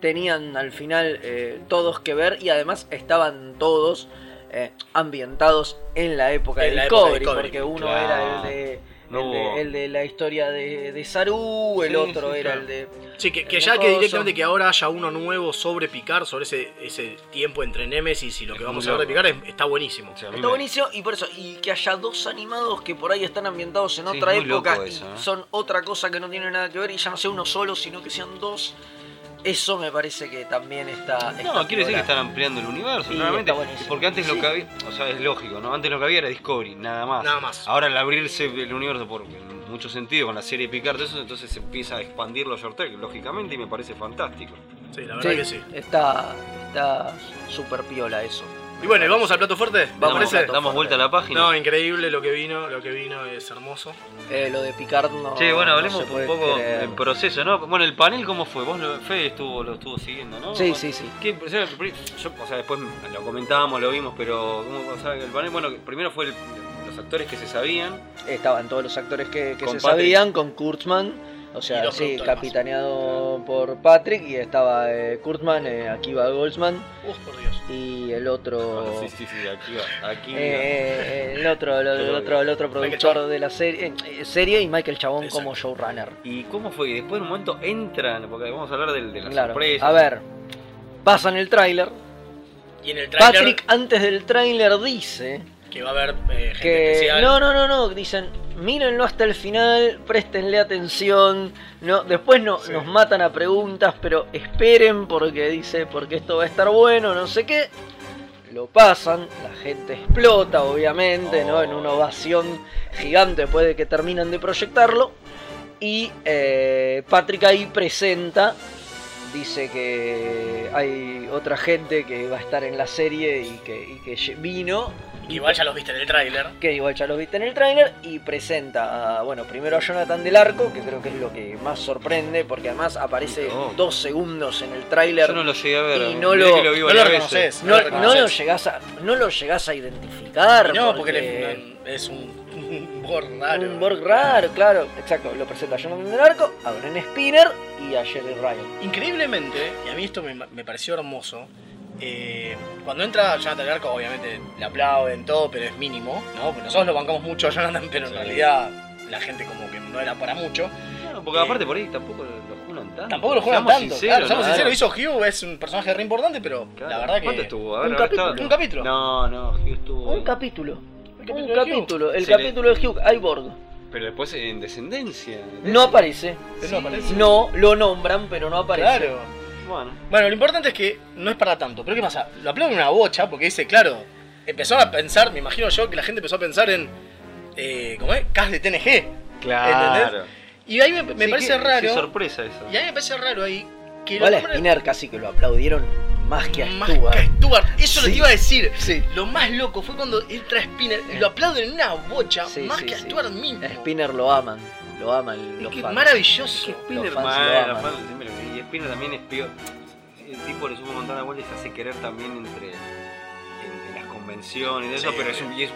Speaker 3: tenían al final eh, todos que ver y además estaban todos eh, ambientados en la época
Speaker 4: En
Speaker 3: de
Speaker 4: la época de
Speaker 3: Discovery,
Speaker 4: Discovery,
Speaker 3: porque uno
Speaker 2: claro.
Speaker 3: era el de,
Speaker 2: No
Speaker 3: el de-
Speaker 2: hubo-
Speaker 3: el de la historia de, de Saru, el
Speaker 4: Sí,
Speaker 3: otro
Speaker 4: sí,
Speaker 3: era
Speaker 4: claro.
Speaker 3: el de...
Speaker 4: Sí, que, que
Speaker 3: El
Speaker 4: ya que
Speaker 3: mocoso.
Speaker 4: directamente que ahora haya uno nuevo sobre Picard, sobre ese, ese tiempo entre Nemesis y lo que
Speaker 2: Es
Speaker 4: vamos
Speaker 2: muy
Speaker 4: a ver de
Speaker 2: loco.
Speaker 4: Picard, es- está buenísimo.
Speaker 2: O sea, a mí
Speaker 3: Está
Speaker 2: me-
Speaker 3: buenísimo y por eso, y que haya dos animados que por ahí están ambientados en
Speaker 2: Sí,
Speaker 3: otra
Speaker 2: es muy
Speaker 3: época
Speaker 2: loco eso,
Speaker 3: y
Speaker 2: ¿eh?
Speaker 3: son otra cosa que no tiene nada que ver y ya no sea uno solo, sino que sean dos. Eso me parece que también está...
Speaker 2: No,
Speaker 3: está
Speaker 2: quiere decir que
Speaker 3: piola.
Speaker 2: están ampliando el universo,
Speaker 3: Sí,
Speaker 2: claramente.
Speaker 3: está buenísimo.
Speaker 2: Porque antes
Speaker 3: Sí.
Speaker 2: lo que había, o sea, es lógico, ¿no? Antes lo que había era Discovery, nada más.
Speaker 4: Nada más.
Speaker 2: Ahora al abrirse el universo por en mucho sentido con la serie Picard, todo eso, entonces se empieza a expandir los short trek, lógicamente, y me parece fantástico.
Speaker 4: Sí, la verdad que sí.
Speaker 3: Está, está súper piola eso.
Speaker 4: Y bueno, ¿y vamos al plato fuerte? ¿Te
Speaker 3: Vamos,
Speaker 4: parece?
Speaker 2: damos,
Speaker 3: al plato
Speaker 2: damos vuelta a la página.
Speaker 4: No, increíble lo que vino, lo que vino es hermoso.
Speaker 3: Eh, lo de Picard no.
Speaker 2: Che, bueno,
Speaker 3: no
Speaker 2: hablemos
Speaker 3: se
Speaker 2: un
Speaker 3: puede
Speaker 2: poco
Speaker 3: creer.
Speaker 2: del proceso, ¿no? Bueno, el panel, ¿cómo fue? Vos, lo, Fede, estuvo, lo estuvo siguiendo, ¿no?
Speaker 3: Sí,
Speaker 2: Bueno,
Speaker 3: sí, sí.
Speaker 2: ¿qué- o sea, pri- yo, o sea, después lo comentábamos, lo vimos, pero ¿cómo pasaba el panel? Bueno, primero fue el- los actores que se sabían.
Speaker 3: Estaban todos los actores que, que
Speaker 2: Con
Speaker 3: se
Speaker 2: Patrick.
Speaker 3: sabían, con Kurtzman. O
Speaker 4: Y
Speaker 3: sea,
Speaker 4: los
Speaker 3: sí,
Speaker 4: productores más.
Speaker 3: capitaneado por Patrick. Y estaba eh, Kurtzman, eh, Akiva Goldsman.
Speaker 4: Uf, por Dios.
Speaker 3: Y el otro.
Speaker 4: Ah,
Speaker 2: Sí, sí, sí, aquí va. Aquí
Speaker 3: Oh. eh, eh, el otro, el, el otro, el otro
Speaker 4: Michael
Speaker 3: productor de la serie, eh, eh, serie y Michael Chabón
Speaker 4: Exacto.
Speaker 3: como showrunner.
Speaker 2: ¿Y cómo fue? Y después en un momento entran, porque vamos a hablar del, de la
Speaker 3: Claro.
Speaker 2: sorpresa.
Speaker 3: A ver, pasan el tráiler.
Speaker 4: Y en el tráiler
Speaker 3: Patrick antes del tráiler dice
Speaker 4: que va a haber eh, gente
Speaker 3: que
Speaker 4: especial.
Speaker 3: no, no, no, no, dicen, mírenlo hasta el final, préstenle atención, no, después no,
Speaker 4: Sí.
Speaker 3: nos matan a preguntas, pero esperen porque dice, porque esto va a estar bueno, no sé qué. Lo pasan, la gente explota, obviamente, ¿no? En una ovación gigante después de que terminan de proyectarlo. Y eh, Patrick ahí presenta, dice que hay otra gente que va a estar en la serie y que, y que lle- vino
Speaker 4: Igual ya los viste en el tráiler.
Speaker 3: que igual ya lo viste en el tráiler y presenta, a, bueno, primero a Jonathan del Arco, que creo que es lo que más sorprende, porque además aparece
Speaker 2: No.
Speaker 3: dos segundos en el
Speaker 2: Yo
Speaker 3: tráiler.
Speaker 2: no lo llegué a ver.
Speaker 3: Y no
Speaker 2: mirá
Speaker 3: lo-
Speaker 2: que lo vi
Speaker 4: No lo
Speaker 2: varias
Speaker 4: reconoces.
Speaker 2: veces.
Speaker 3: No,
Speaker 4: lo
Speaker 3: no lo
Speaker 4: reconoces.
Speaker 3: llegás a, no lo llegás a identificar.
Speaker 4: No, porque le- es un, un Borg raro.
Speaker 3: Un Borg raro, claro. Exacto, lo presenta a Jonathan del Arco, a Bren Spinner y a Jerry Ryan.
Speaker 4: Increíblemente, y a mí esto me, me pareció hermoso, eh, cuando entra Jonathan Arco, obviamente le aplauden todo, pero es mínimo, ¿no? Porque nosotros lo bancamos mucho a Jonathan, pero en
Speaker 2: Sí.
Speaker 4: realidad la gente como que no era para mucho.
Speaker 2: Claro, porque aparte por ahí tampoco lo juran tanto.
Speaker 4: Tampoco lo juegan
Speaker 2: Seamos
Speaker 4: tanto,
Speaker 2: sinceros,
Speaker 4: claro, somos
Speaker 2: ¿no?
Speaker 4: sinceros, hizo Hugh, es un personaje re importante, pero
Speaker 2: Claro.
Speaker 4: la verdad que...
Speaker 2: ¿Cuánto estuvo? A ver,
Speaker 3: Un
Speaker 2: ahora
Speaker 3: capítulo.
Speaker 2: está-
Speaker 4: Un capítulo.
Speaker 2: No, no, Hugh estuvo.
Speaker 3: Un capítulo.
Speaker 4: El
Speaker 3: Un
Speaker 4: capítulo de Hugh.
Speaker 3: capítulo, el
Speaker 2: Se le-
Speaker 3: capítulo de Hugh, hay Borg.
Speaker 2: Pero después en descendencia.
Speaker 3: No aparece.
Speaker 4: Él no aparece.
Speaker 3: No, lo nombran, pero no aparece.
Speaker 4: Claro.
Speaker 2: Bueno.
Speaker 4: Bueno, lo importante es que no es para tanto, pero ¿qué pasa? Lo aplauden una bocha porque dice, claro, empezó a pensar, me imagino yo que la gente empezó a pensar en, eh, ¿cómo es? Cas de TNG.
Speaker 2: Claro.
Speaker 4: Y ahí me, me
Speaker 2: Sí,
Speaker 4: parece
Speaker 2: qué- qué
Speaker 4: raro.
Speaker 2: sorpresa eso.
Speaker 4: Y a mí me parece raro ahí que
Speaker 3: Igual
Speaker 4: lo
Speaker 3: a
Speaker 4: nombran-
Speaker 3: Skinner casi que lo aplaudieron más que a
Speaker 4: más
Speaker 3: Stuart.
Speaker 4: que Stuart. Eso lo
Speaker 3: Sí.
Speaker 4: que iba a decir.
Speaker 3: Sí.
Speaker 4: Lo más loco fue cuando entra Spinner y lo aplauden en una bocha
Speaker 3: Sí,
Speaker 4: más
Speaker 3: sí,
Speaker 4: que a
Speaker 3: sí.
Speaker 4: Stuart mismo.
Speaker 3: A Spinner lo aman, lo aman
Speaker 4: Es
Speaker 3: los
Speaker 4: que
Speaker 3: fans.
Speaker 4: maravilloso.
Speaker 2: Que Spinner,
Speaker 3: fans lo
Speaker 2: mal,
Speaker 3: aman.
Speaker 2: Rafael, siempre lo vi. y Spinner también es peor. El tipo le sube un montón de vueltas y se hace querer también entre, entre las convenciones y eso,
Speaker 4: Sí,
Speaker 2: pero es un, y es-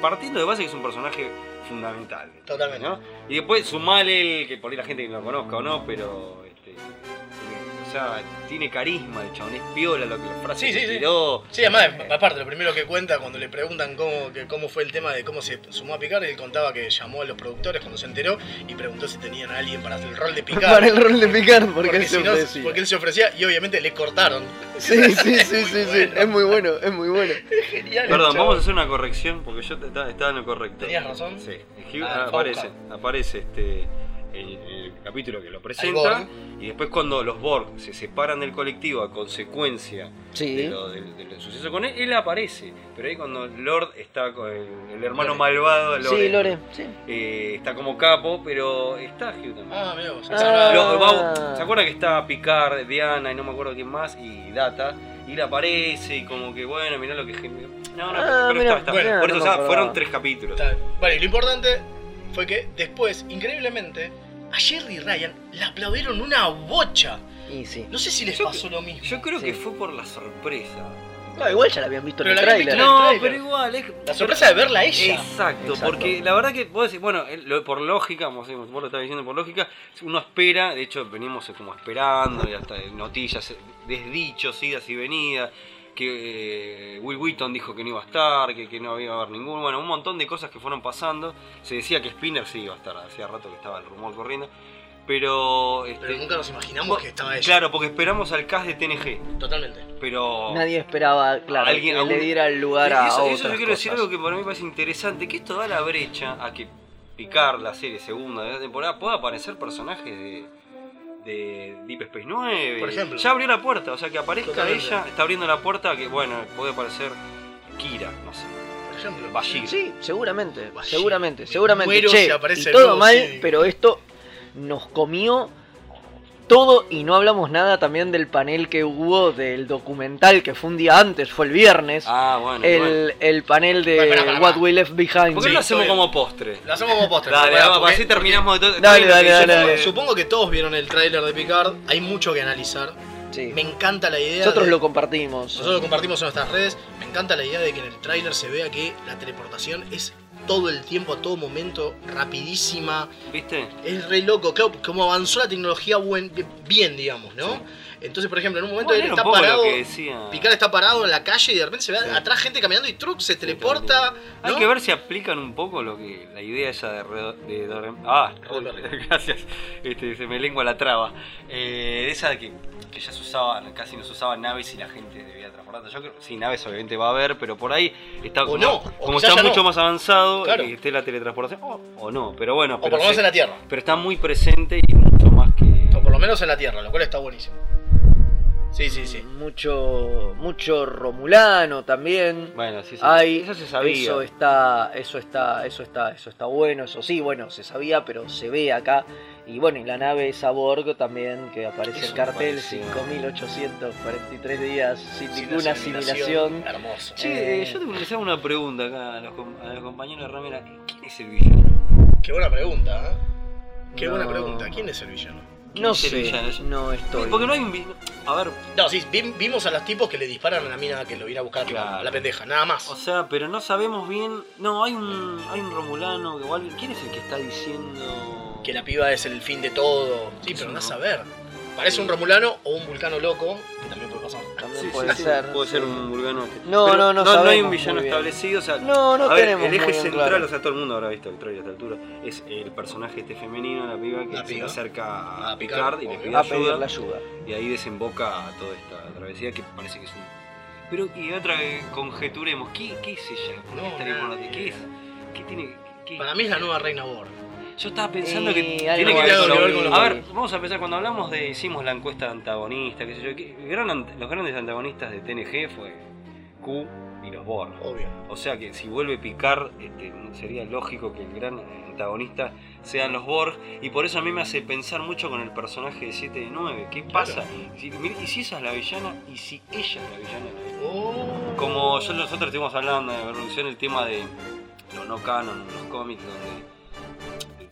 Speaker 2: partiendo de base que es un personaje fundamental.
Speaker 4: Totalmente.
Speaker 2: ¿no? Y después sumale el que por ahí la gente que lo conozca o no, pero este, el- o sea, tiene carisma el chabón, es piola lo que la frase
Speaker 4: Sí,
Speaker 2: que
Speaker 4: sí, sí.
Speaker 2: tiró.
Speaker 4: Sí, además, aparte, lo primero que cuenta cuando le preguntan cómo, que, cómo fue el tema de cómo se sumó a Picard, él contaba que llamó a los productores cuando se enteró y preguntó si tenían a alguien para hacer el rol de Picard.
Speaker 3: Para el rol de Picard, porque, él se
Speaker 4: si no-
Speaker 3: ofrecía.
Speaker 4: porque él se ofrecía y obviamente le cortaron.
Speaker 3: Sí, sí,
Speaker 4: Es
Speaker 3: sí,
Speaker 4: muy
Speaker 3: sí, sí,
Speaker 4: bueno.
Speaker 3: es muy bueno, es muy bueno.
Speaker 4: Genial,
Speaker 2: Perdón,
Speaker 4: chabón.
Speaker 2: vamos a hacer una corrección porque yo estaba, estaba en lo correcto.
Speaker 4: Tenías razón.
Speaker 2: Sí, el Hugh-
Speaker 4: Ah,
Speaker 2: aparece,
Speaker 4: Falcon.
Speaker 2: aparece este el, el capítulo que lo
Speaker 4: Borg.
Speaker 2: presenta y después cuando los Borg se separan del colectivo a consecuencia de
Speaker 3: Sí.
Speaker 2: lo- del, del suceso con él, él aparece. Pero ahí cuando Lord está con el, el hermano
Speaker 4: Lore.
Speaker 2: malvado, Lore,
Speaker 3: Sí, Lore, sí.
Speaker 2: eh, está como capo, pero está Hugh también.
Speaker 4: Ah, mirá vos.
Speaker 3: Ah.
Speaker 4: Esa no-
Speaker 2: Lo- va- ¿Se acuerdan que está Picard, Diana y no me acuerdo quién más? Y Data. Y él aparece y como que bueno, mirá lo que generó. No, no,
Speaker 3: Ah,
Speaker 2: pero
Speaker 3: mirá,
Speaker 2: está, está.
Speaker 3: bueno,
Speaker 2: Por eso,
Speaker 3: no me
Speaker 2: o sea,
Speaker 3: acordaba.
Speaker 2: fueron tres capítulos.
Speaker 4: Está bien. Vale, y lo importante fue que después, increíblemente, a Jerry y Ryan le aplaudieron una bocha.
Speaker 3: Y sí.
Speaker 4: No sé si les
Speaker 2: Yo-
Speaker 4: pasó lo mismo.
Speaker 2: Yo creo que
Speaker 3: Sí.
Speaker 2: fue por la sorpresa.
Speaker 3: No, igual ya la habían visto en
Speaker 4: Pero
Speaker 3: el
Speaker 4: la habían
Speaker 3: tráiler.
Speaker 4: visto
Speaker 2: No,
Speaker 4: tráiler.
Speaker 2: pero igual. Es,
Speaker 4: La sorpresa de verla a ella.
Speaker 2: Exacto,
Speaker 3: Exacto.
Speaker 2: porque la verdad que vos decís, bueno, el- lo- por lógica, vos, decís, vos lo estás diciendo por lógica, uno espera, de hecho venimos como esperando, y hasta noticias, eh, desdichos, idas y venidas, que eh, Will Wheaton dijo que no iba a estar, que, que no iba a haber ningún, bueno, un montón de cosas que fueron pasando, se decía que Spinner sí iba a estar, hacía rato que estaba el rumor corriendo, pero... este,
Speaker 4: Pero nunca nos imaginamos
Speaker 2: vos-
Speaker 4: que estaba ella.
Speaker 2: Claro, porque esperamos al cast de TNG,
Speaker 4: Totalmente.
Speaker 2: pero...
Speaker 3: Nadie esperaba, claro,
Speaker 2: Alguien-
Speaker 3: que
Speaker 2: algún-
Speaker 3: le diera el lugar a
Speaker 2: Eso, eso
Speaker 3: otras
Speaker 2: yo quiero decir
Speaker 3: cosas.
Speaker 2: algo que para mí parece interesante, que esto da la brecha a que picar la serie segunda de la temporada pueda aparecer personajes de, de Deep Space 9.
Speaker 4: Por ejemplo.
Speaker 2: Ya abrió la puerta, o sea que aparezca
Speaker 4: Totalmente.
Speaker 2: ella, está abriendo la puerta a que, bueno, puede aparecer Kira, no sé,
Speaker 4: Por ejemplo.
Speaker 2: Bashir.
Speaker 3: Sí, seguramente,
Speaker 4: Vaya,
Speaker 3: seguramente,
Speaker 4: me
Speaker 3: seguramente.
Speaker 4: muero
Speaker 3: Che,
Speaker 4: si aparece
Speaker 3: y
Speaker 4: el
Speaker 3: todo
Speaker 4: nuevo
Speaker 3: mal,
Speaker 4: Siri.
Speaker 3: pero esto nos comió todo y no hablamos nada también del panel que hubo del documental que fue un día antes, fue el viernes.
Speaker 2: Ah, bueno. bueno.
Speaker 3: el, el panel de
Speaker 4: Bueno, pará, pará,
Speaker 3: What
Speaker 4: pará.
Speaker 3: We Left
Speaker 2: ¿Por qué
Speaker 3: Behind.
Speaker 2: no
Speaker 4: Sí,
Speaker 2: lo hacemos
Speaker 4: estoy-
Speaker 2: como postre?
Speaker 4: Lo hacemos como postre.
Speaker 2: Dale,
Speaker 4: ¿verdad?
Speaker 2: vamos,
Speaker 4: Porque-
Speaker 2: así terminamos de todo.
Speaker 3: Dale, dale,
Speaker 2: yo-
Speaker 3: dale,
Speaker 4: Supongo,
Speaker 3: dale.
Speaker 4: supongo que todos vieron el tráiler de Picard. Hay mucho que analizar.
Speaker 3: Sí.
Speaker 4: Me encanta la idea.
Speaker 3: Nosotros
Speaker 4: de-
Speaker 3: lo compartimos.
Speaker 4: Nosotros lo compartimos en nuestras redes. Me encanta la idea de que en el tráiler se vea que la teleportación es todo el tiempo, a todo momento, rapidísima.
Speaker 2: ¿Viste?
Speaker 4: Es re loco. Claro, como avanzó la tecnología buen- bien, digamos, ¿no?
Speaker 2: Sí.
Speaker 4: Entonces, por ejemplo, en un momento
Speaker 2: Bueno,
Speaker 4: él
Speaker 2: era un
Speaker 4: está
Speaker 2: poco
Speaker 4: parado.
Speaker 2: lo que decía.
Speaker 4: Picard está parado en la calle y de repente se ve
Speaker 2: Sí.
Speaker 4: atrás gente caminando y Truck se teleporta.
Speaker 2: Hay
Speaker 4: ¿no?
Speaker 2: que ver si aplican un poco lo que la idea esa de, redo- de Dorem- ah,
Speaker 4: Roddenberry.
Speaker 2: gracias, este, se me lengua la traba, Eh, de esa de que, que ya se usaba, casi no se usaban naves y la gente debía transportarse. Yo creo, sí, naves obviamente va a haber, pero por ahí está
Speaker 4: O
Speaker 2: como,
Speaker 4: no, o
Speaker 2: como
Speaker 4: quizás
Speaker 2: está
Speaker 4: ya
Speaker 2: mucho
Speaker 4: no.
Speaker 2: más avanzado
Speaker 4: Claro.
Speaker 2: que esté la teletransportación o, o no, pero bueno,
Speaker 4: O por
Speaker 2: pero,
Speaker 4: lo menos
Speaker 2: se-
Speaker 4: en la Tierra.
Speaker 2: pero está muy presente y mucho más que
Speaker 4: O por lo menos en la Tierra, lo cual está buenísimo. Sí, sí, sí.
Speaker 3: Mucho, mucho romulano también.
Speaker 2: bueno, sí, sí.
Speaker 3: Hay-
Speaker 2: eso se sabía.
Speaker 3: Eso está, eso está, eso está, eso está bueno, eso sí, bueno, se sabía, pero se ve acá. Y bueno, y la nave esa Borg también, que aparece
Speaker 2: Eso
Speaker 3: en
Speaker 2: me
Speaker 3: cartel,
Speaker 2: pareció.
Speaker 3: 5.843 días sin
Speaker 4: Sin
Speaker 3: ninguna
Speaker 4: asimilación.
Speaker 3: asimilación.
Speaker 4: Hermoso.
Speaker 2: Che,
Speaker 3: Eh.
Speaker 2: yo tengo que hacer una pregunta acá a los, com- a los compañeros de Ramera. ¿Quién es el villano?
Speaker 4: Qué buena pregunta, ¿eh? Qué buena
Speaker 3: No.
Speaker 4: pregunta. ¿Quién es el villano?
Speaker 2: ¿Quién
Speaker 3: No
Speaker 2: es el
Speaker 3: sé,
Speaker 2: villano? Yo-
Speaker 3: no estoy.
Speaker 2: Porque no hay un. vi- A ver,
Speaker 4: No, sí, vi- vimos a los tipos que le disparan a la mina que lo viene a buscar la-
Speaker 2: Claro.
Speaker 4: la pendeja, nada más.
Speaker 2: o sea, pero no sabemos bien. No, hay un, hay un Romulano. Que, o alguien- ¿Quién es el que está diciendo.?
Speaker 4: que la piba es el fin de todo. Sí, pero
Speaker 2: Sí,
Speaker 4: no
Speaker 2: ¿no?
Speaker 4: a saber. Parece un romulano o un vulcano loco, que también puede pasar.
Speaker 3: También
Speaker 2: Sí, sí,
Speaker 3: puede
Speaker 2: sí,
Speaker 3: ser.
Speaker 2: Puede ser
Speaker 3: sí.
Speaker 2: un vulcano. que-
Speaker 3: No,
Speaker 2: Pero
Speaker 3: no, no
Speaker 2: No, hay
Speaker 3: sabemos
Speaker 2: un villano
Speaker 3: muy bien.
Speaker 2: establecido. O sea,
Speaker 3: No, no
Speaker 2: a ver,
Speaker 3: tenemos
Speaker 2: el
Speaker 3: muy
Speaker 2: eje
Speaker 3: bien
Speaker 2: central,
Speaker 3: claro.
Speaker 2: o sea, todo el mundo habrá visto el trailer a esta altura. Es el personaje este femenino, la piba, que
Speaker 4: La
Speaker 2: se le
Speaker 4: piba.
Speaker 2: acerca a
Speaker 4: A Picard,
Speaker 2: Picard y le
Speaker 4: obvio.
Speaker 2: pide
Speaker 3: a
Speaker 2: ayuda.
Speaker 3: pedirle ayuda.
Speaker 2: Y ahí desemboca toda esta travesía que parece que es un. Pero, y otra que conjeturemos, ¿qué, qué es ella? ¿Por qué
Speaker 4: No,
Speaker 2: está ahí por la-
Speaker 4: nadie.
Speaker 2: ¿Qué es? ¿Qué tiene.? qué-
Speaker 4: Para mí es la nueva reina Borg.
Speaker 2: Yo estaba pensando
Speaker 3: Eh,
Speaker 2: que
Speaker 3: algo
Speaker 2: tiene que
Speaker 4: así.
Speaker 2: ver con lo-
Speaker 4: Algo que ver con lo-
Speaker 2: A ver, vamos a pensar, cuando hablamos de, hicimos la encuesta de antagonista, qué sé yo, que- gran ant- los grandes antagonistas de TNG fue Q, y los Borg.
Speaker 4: Obvio.
Speaker 2: O sea que si vuelve Picard, este, sería lógico que el gran antagonista sean los Borg. Y por eso a mí me hace pensar mucho con el personaje de 7 de 9. ¿Qué pasa? Si- mira, y si esa es la villana, y si ella es la villana.
Speaker 4: Oh.
Speaker 2: Como yo- nosotros estuvimos hablando de revolución, el tema de lo no canon, los cómics, donde. este,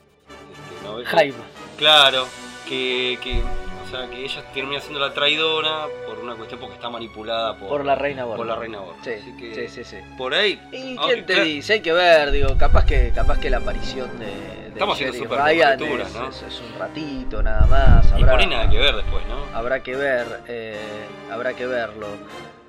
Speaker 2: no-
Speaker 3: Hype.
Speaker 2: Claro, que, que, o sea, que ella termina siendo la traidora por una cuestión porque está manipulada por,
Speaker 3: Por la reina Borg.
Speaker 2: por la reina Borg.
Speaker 3: Sí,
Speaker 2: Así que
Speaker 3: sí, sí, sí.
Speaker 2: por ahí
Speaker 3: ¿Y
Speaker 2: Ah,
Speaker 3: quién te
Speaker 2: claro.
Speaker 3: dice? Hay que ver, digo, capaz que, capaz que la aparición de, de
Speaker 2: Estamos haciendo
Speaker 3: Jerry
Speaker 2: súper
Speaker 3: Ryan
Speaker 2: cobertura,
Speaker 3: es,
Speaker 2: ¿no?
Speaker 3: es- es un ratito nada más.
Speaker 2: y por
Speaker 3: Habrá,
Speaker 2: ahí nada que ver después, ¿no?
Speaker 3: habrá que ver, eh, habrá que verlo,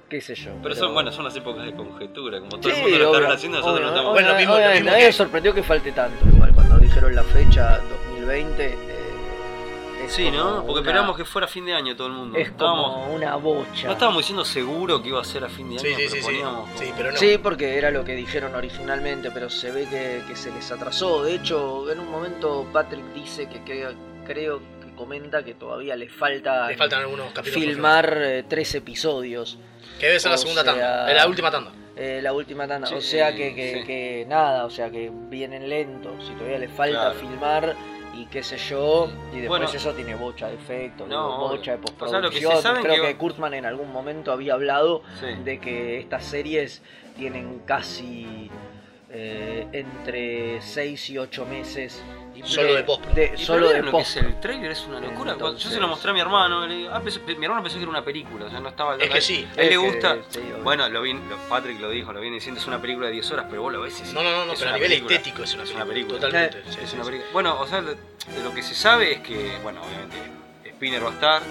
Speaker 3: qué sé yo.
Speaker 2: Pero son, bueno, son las épocas de conjetura, como todo el
Speaker 3: Sí,
Speaker 2: mundo lo
Speaker 3: obvio,
Speaker 2: está haciendo, nosotros no
Speaker 3: obvio, obvio,
Speaker 2: estamos.
Speaker 4: Bueno, mismo-
Speaker 3: obvio,
Speaker 4: mismo
Speaker 3: a mí
Speaker 4: que-
Speaker 3: me sorprendió que falte tanto igual cuando dijeron la fecha 2020. eh, es
Speaker 2: sí,
Speaker 3: como
Speaker 2: ¿no? Porque
Speaker 3: una-
Speaker 2: esperábamos que fuera a fin de año todo el mundo.
Speaker 3: es
Speaker 2: Estábamos-
Speaker 3: como una bocha.
Speaker 2: no estábamos diciendo seguro que iba a ser a fin de año,
Speaker 4: Sí, sí,
Speaker 2: pero
Speaker 4: sí, sí.
Speaker 2: poníamos. como-
Speaker 4: Sí, pero no.
Speaker 3: Sí, porque era lo que dijeron originalmente, pero se ve que, que se les atrasó. De hecho, en un momento Patrick dice que creo, creo que comenta que todavía le falta
Speaker 4: Le faltan algunos capítulos. por
Speaker 3: filmar eh, tres episodios.
Speaker 4: filmar. Que debe ser
Speaker 3: o
Speaker 4: la segunda
Speaker 3: sea-
Speaker 4: tanda. eh, La última tanda.
Speaker 3: eh, la última tanda.
Speaker 2: Sí,
Speaker 3: o sea que, que-
Speaker 2: sí.
Speaker 3: que nada, o sea que vienen lentos. Si todavía le falta
Speaker 2: Claro.
Speaker 3: filmar y qué sé yo, y después
Speaker 2: Bueno.
Speaker 3: eso tiene bocha de efectos,
Speaker 2: No,
Speaker 3: digo,
Speaker 2: obvio.
Speaker 3: bocha de
Speaker 2: O sea, lo que se
Speaker 3: postproducción.
Speaker 2: saben
Speaker 3: Creo
Speaker 2: que
Speaker 3: que,
Speaker 2: va-
Speaker 3: Kurtzman en algún momento había hablado
Speaker 2: Sí.
Speaker 3: de que estas series tienen casi eh, entre 6 y 8 meses
Speaker 2: Y-
Speaker 4: Solo de post.
Speaker 3: de,
Speaker 2: y- y
Speaker 3: solo de
Speaker 2: vieron lo que es
Speaker 3: post.
Speaker 2: el trailer es una locura. Cuando- Yo se
Speaker 3: Entonces-
Speaker 2: lo mostré a mi hermano, le digo, ah, pensé- mi hermano pensó que era una película, o sea, no estaba
Speaker 4: Es que sí.
Speaker 2: A él
Speaker 3: Es
Speaker 2: le
Speaker 3: que-
Speaker 2: gusta.
Speaker 3: sí, obvio.
Speaker 2: Bueno, lo vi, lo- Patrick lo dijo, lo viene diciendo, es una película de 10 horas, pero vos lo ves. y decís,
Speaker 4: No, no, no, no
Speaker 2: es
Speaker 4: pero a
Speaker 2: una
Speaker 4: nivel
Speaker 2: película.
Speaker 4: estético es una
Speaker 2: Es una
Speaker 4: película.
Speaker 2: película.
Speaker 4: Totalmente. sí,
Speaker 2: Es
Speaker 4: sí,
Speaker 2: una
Speaker 4: sí.
Speaker 2: película. Bueno, o sea, lo- de lo que se sabe es que, bueno, obviamente, Spinner va a estar.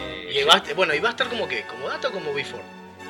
Speaker 2: eh,
Speaker 4: Y va a est- bueno, y va a estar como que, como data o como before.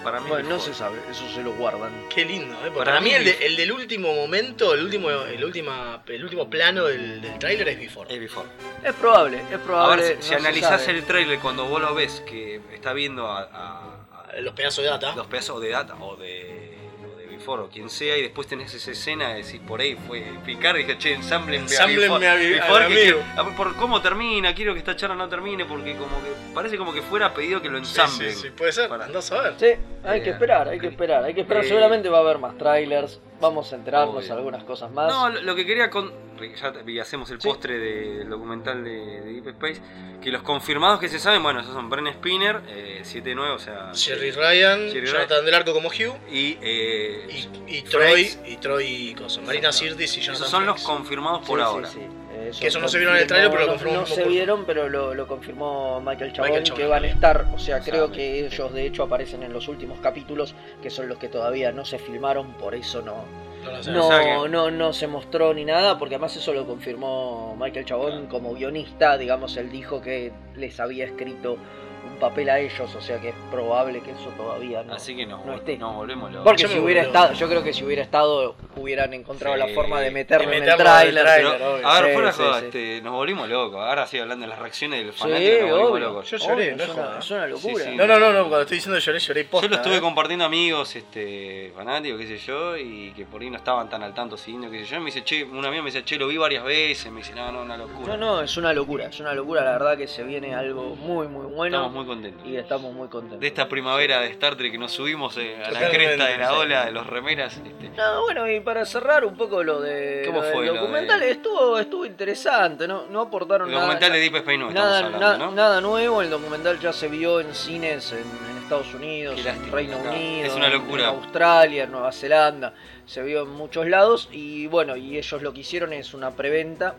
Speaker 2: para mí
Speaker 3: Bueno, no
Speaker 2: mejor.
Speaker 3: se sabe, eso se lo guardan.
Speaker 4: Qué lindo, ¿eh? Porque
Speaker 2: Para
Speaker 4: Para, mí,
Speaker 2: mí
Speaker 4: el, de-
Speaker 2: Before.
Speaker 4: el del último momento, el último, el última, el último plano del, del tráiler es before.
Speaker 2: Es before.
Speaker 3: Es probable, es
Speaker 2: Ahora,
Speaker 3: probable.
Speaker 2: si,
Speaker 3: no
Speaker 2: si
Speaker 3: se
Speaker 2: analizás
Speaker 3: sabe.
Speaker 2: el trailer cuando vos lo ves que está viendo a, a- a
Speaker 4: Los pedazos de data.
Speaker 2: los pedazos de data o de, o de before o quien sea, y después tenés esa escena de decir por ahí fue picar y dije, che, ensamblenme a
Speaker 4: Ensamblenme
Speaker 2: before.
Speaker 4: a mi-
Speaker 2: Before
Speaker 4: al
Speaker 2: que
Speaker 4: amigo.
Speaker 2: quiero- a- por cómo termina, quiero que esta charla no termine, porque como que parece como que fuera pedido que lo
Speaker 4: Sí,
Speaker 2: ensamblen.
Speaker 4: Sí, sí, puede ser,
Speaker 2: Para-
Speaker 4: andás a ver.
Speaker 3: Sí, hay
Speaker 2: Eh,
Speaker 3: que esperar, hay que
Speaker 2: ok.
Speaker 3: esperar, hay que esperar.
Speaker 2: Eh,
Speaker 3: Seguramente va a haber más trailers, vamos a enterarnos
Speaker 2: obvio.
Speaker 3: algunas cosas más.
Speaker 2: No, lo, lo que quería con. Ya te- y hacemos el
Speaker 3: Sí.
Speaker 2: postre de- del documental de, de Deep Space. Que los confirmados que se saben, bueno, esos son Bren Spinner, eh, 7-9, o sea.
Speaker 4: Jerry Ryan,
Speaker 2: Jerry
Speaker 4: Jonathan del Arco como Hugh
Speaker 2: Y. eh,
Speaker 4: y, y Troy
Speaker 2: Frakes.
Speaker 4: y Troy y cosa, Marina Sirtis y Jonathan.
Speaker 2: esos son los
Speaker 4: Frakes.
Speaker 2: confirmados
Speaker 3: Sí,
Speaker 2: por
Speaker 3: sí,
Speaker 2: ahora.
Speaker 3: sí, eh, eso
Speaker 4: Que eso no se vieron en el tráiler, pero lo
Speaker 3: no-
Speaker 4: confirmó
Speaker 3: No se
Speaker 4: Moore.
Speaker 3: vieron, pero lo, lo confirmó Michael Chabón,
Speaker 4: Michael eh. Chabon
Speaker 3: que van a
Speaker 4: también.
Speaker 3: estar. O sea, creo
Speaker 2: Sabe,
Speaker 3: que
Speaker 2: sí.
Speaker 3: ellos de hecho aparecen en los últimos capítulos, que son los que todavía no se filmaron, por eso no,
Speaker 4: No, no, sé.
Speaker 3: no,
Speaker 2: sea que-
Speaker 3: no, no se mostró ni nada, porque además eso lo confirmó Michael Chabón
Speaker 2: Claro.
Speaker 3: como guionista, digamos, él dijo que les había escrito un papel a ellos, o sea que es probable que eso todavía no.
Speaker 2: Así que no,
Speaker 3: No esté.
Speaker 2: no volvemos locos.
Speaker 3: Porque
Speaker 4: Yo
Speaker 3: si
Speaker 4: me
Speaker 3: hubiera
Speaker 4: volvió-
Speaker 3: estado, yo creo que si hubiera estado, hubieran encontrado
Speaker 2: Sí.
Speaker 3: la forma de meterlo,
Speaker 4: De
Speaker 3: en el
Speaker 4: meterlo en el
Speaker 3: tráiler.
Speaker 4: tráiler,
Speaker 3: pero-
Speaker 4: obvio.
Speaker 2: Ahora,
Speaker 3: Sí,
Speaker 2: fuera de
Speaker 3: sí,
Speaker 2: joda,
Speaker 3: sí.
Speaker 2: este, nos volvimos locos. Ahora sí, hablando de las reacciones del
Speaker 3: Sí,
Speaker 2: fanático, nos volvimos
Speaker 3: obvio.
Speaker 2: locos.
Speaker 4: Yo lloré,
Speaker 3: Obvio,
Speaker 4: no
Speaker 3: es,
Speaker 4: es
Speaker 3: una,
Speaker 4: joda.
Speaker 3: es una locura.
Speaker 2: Sí, sí.
Speaker 4: no, no, no, no, cuando estoy diciendo lloré, lloré posta.
Speaker 2: Yo lo estuve
Speaker 4: ¿eh?
Speaker 2: compartiendo amigos, este, fanáticos, qué sé yo, y que por ahí no estaban tan al tanto siguiendo, qué sé yo. Y me dice, che, un amigo me dice, che, lo vi varias veces. Me dice, no, no, una locura.
Speaker 3: No, no, es una locura, es una locura, la verdad que se viene algo muy, muy bueno
Speaker 2: Estamos muy contentos.
Speaker 3: y estamos muy contentos.
Speaker 2: De esta primavera de Star Trek que nos subimos eh, a la
Speaker 4: Totalmente,
Speaker 2: cresta de la
Speaker 4: sí.
Speaker 2: ola de los remeras. este,
Speaker 3: No, bueno, y para cerrar un poco lo de
Speaker 2: ¿Cómo
Speaker 3: lo del
Speaker 2: fue lo
Speaker 3: documental,
Speaker 2: de-
Speaker 3: estuvo, estuvo interesante, no, no aportaron
Speaker 2: el
Speaker 3: nada.
Speaker 2: documental de Deep Space Nine
Speaker 3: nada,
Speaker 2: estamos
Speaker 3: na-
Speaker 2: hablando, ¿no?
Speaker 3: nada nuevo, el documental ya se vio en cines en, en Estados Unidos,
Speaker 2: Qué
Speaker 3: en
Speaker 2: lástima,
Speaker 3: Reino
Speaker 2: acá.
Speaker 3: Unido,
Speaker 2: Es una locura.
Speaker 3: en Australia, en Nueva Zelanda, se vio en muchos lados y bueno, y ellos lo que hicieron es una preventa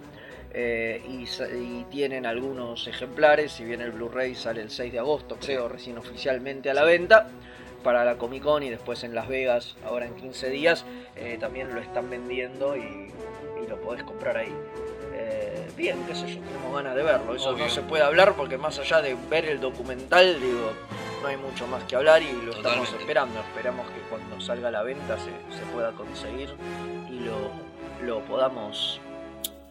Speaker 3: eh, y, sa- y tienen algunos ejemplares, si bien el Blu-ray sale el 6 de agosto, creo, recién oficialmente a la venta para la Comic Con y después en Las Vegas, ahora en 15 días, eh, también lo están vendiendo y, y lo podés comprar ahí. Eh, bien, qué sé yo, tenemos ganas de verlo. Eso
Speaker 2: Obvio.
Speaker 3: no se puede hablar porque más allá de ver el documental, digo, no hay mucho más que hablar y lo estamos
Speaker 2: Totalmente.
Speaker 3: esperando. Esperamos que cuando salga a la venta se, se pueda conseguir y lo, lo podamos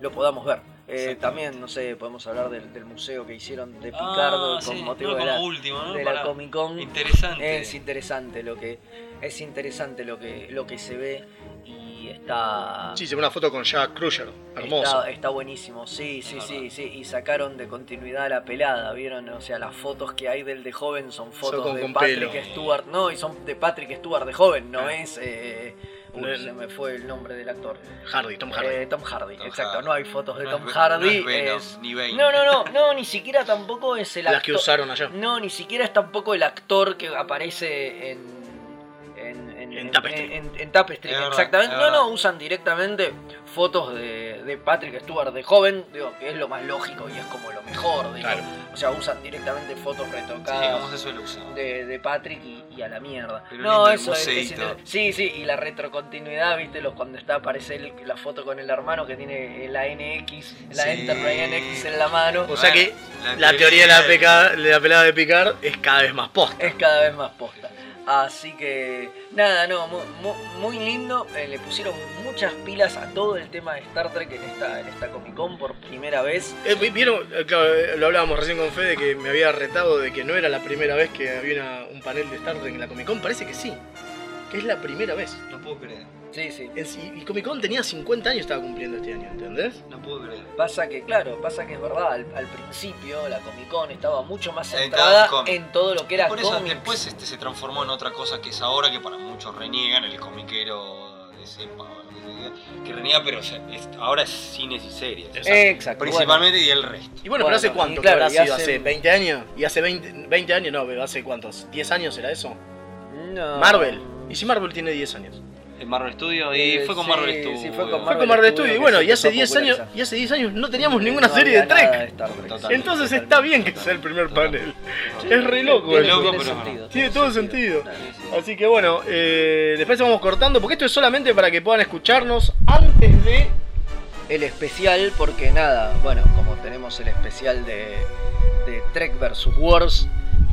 Speaker 3: lo podamos ver. Eh,
Speaker 2: Exactamente.
Speaker 3: también, no sé, podemos hablar del, del museo que hicieron de
Speaker 2: Ah,
Speaker 3: Picardo con
Speaker 2: sí,
Speaker 3: motivo
Speaker 2: no,
Speaker 3: de
Speaker 2: como
Speaker 3: la,
Speaker 2: último, ¿no?
Speaker 3: de la
Speaker 2: Pará.
Speaker 3: Comic Con.
Speaker 2: Interesante.
Speaker 3: Es interesante lo que es interesante lo que lo que se ve y Está,
Speaker 4: Sí, se ve una foto con Jack Crusher. Hermoso.
Speaker 3: está, está buenísimo. Sí, sí,
Speaker 2: La
Speaker 3: sí, sí. Y sacaron de continuidad la pelada, ¿vieron? O sea, las fotos que hay del de joven son fotos
Speaker 4: con-
Speaker 3: de
Speaker 4: con
Speaker 3: Patrick
Speaker 4: pelo.
Speaker 3: Stewart. No, y son de Patrick Stewart de joven, no
Speaker 4: Ah.
Speaker 3: es. eh, uy,
Speaker 4: No es-
Speaker 3: se me fue el nombre del actor.
Speaker 4: Hardy, Tom Hardy.
Speaker 3: Eh, Tom Hardy,
Speaker 2: Tom
Speaker 3: exacto.
Speaker 2: Hardy.
Speaker 3: No hay fotos de
Speaker 2: No
Speaker 3: Tom
Speaker 2: es-
Speaker 3: Hardy.
Speaker 2: no es Venom,
Speaker 3: es-
Speaker 2: ni Bane.
Speaker 3: No, no, no, no, ni siquiera tampoco es el
Speaker 4: Las que
Speaker 3: actor-
Speaker 4: usaron allá.
Speaker 3: No, ni siquiera es tampoco el actor que aparece en. En, en,
Speaker 4: En Tapestry.
Speaker 3: en- en- en Tapestry,
Speaker 2: Es verdad,
Speaker 3: exactamente.
Speaker 2: es
Speaker 3: No, no,
Speaker 2: verdad.
Speaker 3: usan directamente fotos de, de Patrick Stewart de joven, digo, que es lo más lógico y es como lo mejor. digo.
Speaker 4: Claro.
Speaker 3: O sea, usan directamente fotos
Speaker 2: Sí, como
Speaker 3: retocadas
Speaker 2: se suele usar.
Speaker 3: de, de Patrick y, y a la mierda.
Speaker 2: Pero
Speaker 3: no,
Speaker 2: lindo el
Speaker 3: eso es, es
Speaker 2: museíto.
Speaker 3: inter- Sí, sí, y la retrocontinuidad, viste, los cuando está aparece el- la foto con el hermano que tiene la NX, la
Speaker 2: Sí.
Speaker 3: Enterprise NX en la mano,
Speaker 4: O sea que La teoría de la, peca- de la pelada de Picard es cada vez más post.
Speaker 3: es cada vez más posta. Así que, nada, no, mu- mu- muy, lindo. eh, le pusieron muchas pilas a todo el tema de Star Trek en esta, en esta Comic Con por primera vez.
Speaker 4: Eh, vi- ¿Vieron? Eh, claro, eh, lo hablábamos recién con Fede que me había retado de que no era la primera vez que había una- un panel de Star Trek en la Comic Con. Parece que sí. Que es la primera vez.
Speaker 2: No puedo creer,
Speaker 3: Sí, sí.
Speaker 4: En sí- Y Comic Con tenía 50 años, estaba cumpliendo este año, ¿entendés?
Speaker 2: no puedo creer.
Speaker 3: Pasa que, claro, pasa que es verdad, al, al principio la Comic Con estaba mucho más
Speaker 2: Estaba en
Speaker 3: centrada
Speaker 2: cómic.
Speaker 3: en todo lo que era
Speaker 2: Por eso
Speaker 3: cómics.
Speaker 2: después este, se transformó en otra cosa que es ahora, que para muchos reniegan, el comiquero de cepa o lo que sea, que reniega, pero ya es- ahora es cines y
Speaker 3: Eh,
Speaker 2: series.
Speaker 3: Exacto.
Speaker 2: Principalmente y el resto.
Speaker 4: Y
Speaker 3: Bueno,
Speaker 4: bueno, pero ¿hace cuánto?
Speaker 3: y claro,
Speaker 4: que
Speaker 3: y
Speaker 4: habrá sido
Speaker 3: hace-
Speaker 4: hace 20 años. Y hace 20, 20 años, no, pero hace cuántos? ¿10 años era eso?
Speaker 3: bueno. No.
Speaker 4: Marvel. ¿Y si Marvel tiene 10 años?
Speaker 2: En Marvel Studios, y
Speaker 3: Eh,
Speaker 2: fue con
Speaker 3: sí,
Speaker 2: Marvel
Speaker 3: sí,
Speaker 2: Studios.
Speaker 3: fue con
Speaker 4: Fue
Speaker 3: Marvel
Speaker 4: con Marvel
Speaker 3: Studios,
Speaker 4: Studios. Y
Speaker 3: que
Speaker 4: bueno,
Speaker 3: se
Speaker 4: y
Speaker 3: empezó
Speaker 4: hace
Speaker 3: a
Speaker 4: 10 años,
Speaker 3: popularizar.
Speaker 4: y hace 10 años no teníamos
Speaker 3: No
Speaker 4: ninguna serie
Speaker 3: había
Speaker 4: de
Speaker 3: nada
Speaker 4: Trek.
Speaker 3: Star Trek.
Speaker 2: Total.
Speaker 4: Entonces
Speaker 2: Total.
Speaker 4: está bien que sea el primer
Speaker 2: Total.
Speaker 4: panel.
Speaker 2: Total.
Speaker 4: Es re loco,
Speaker 2: Es
Speaker 4: eh.
Speaker 2: loco,
Speaker 3: Tiene
Speaker 2: pero no.
Speaker 3: sentido,
Speaker 4: Tiene todo sentido.
Speaker 2: Sí, sí.
Speaker 4: Así que bueno, eh, después vamos cortando, porque esto es solamente para que puedan escucharnos antes de...
Speaker 3: el especial porque nada, bueno, como tenemos el especial de, de Trek vs. Wars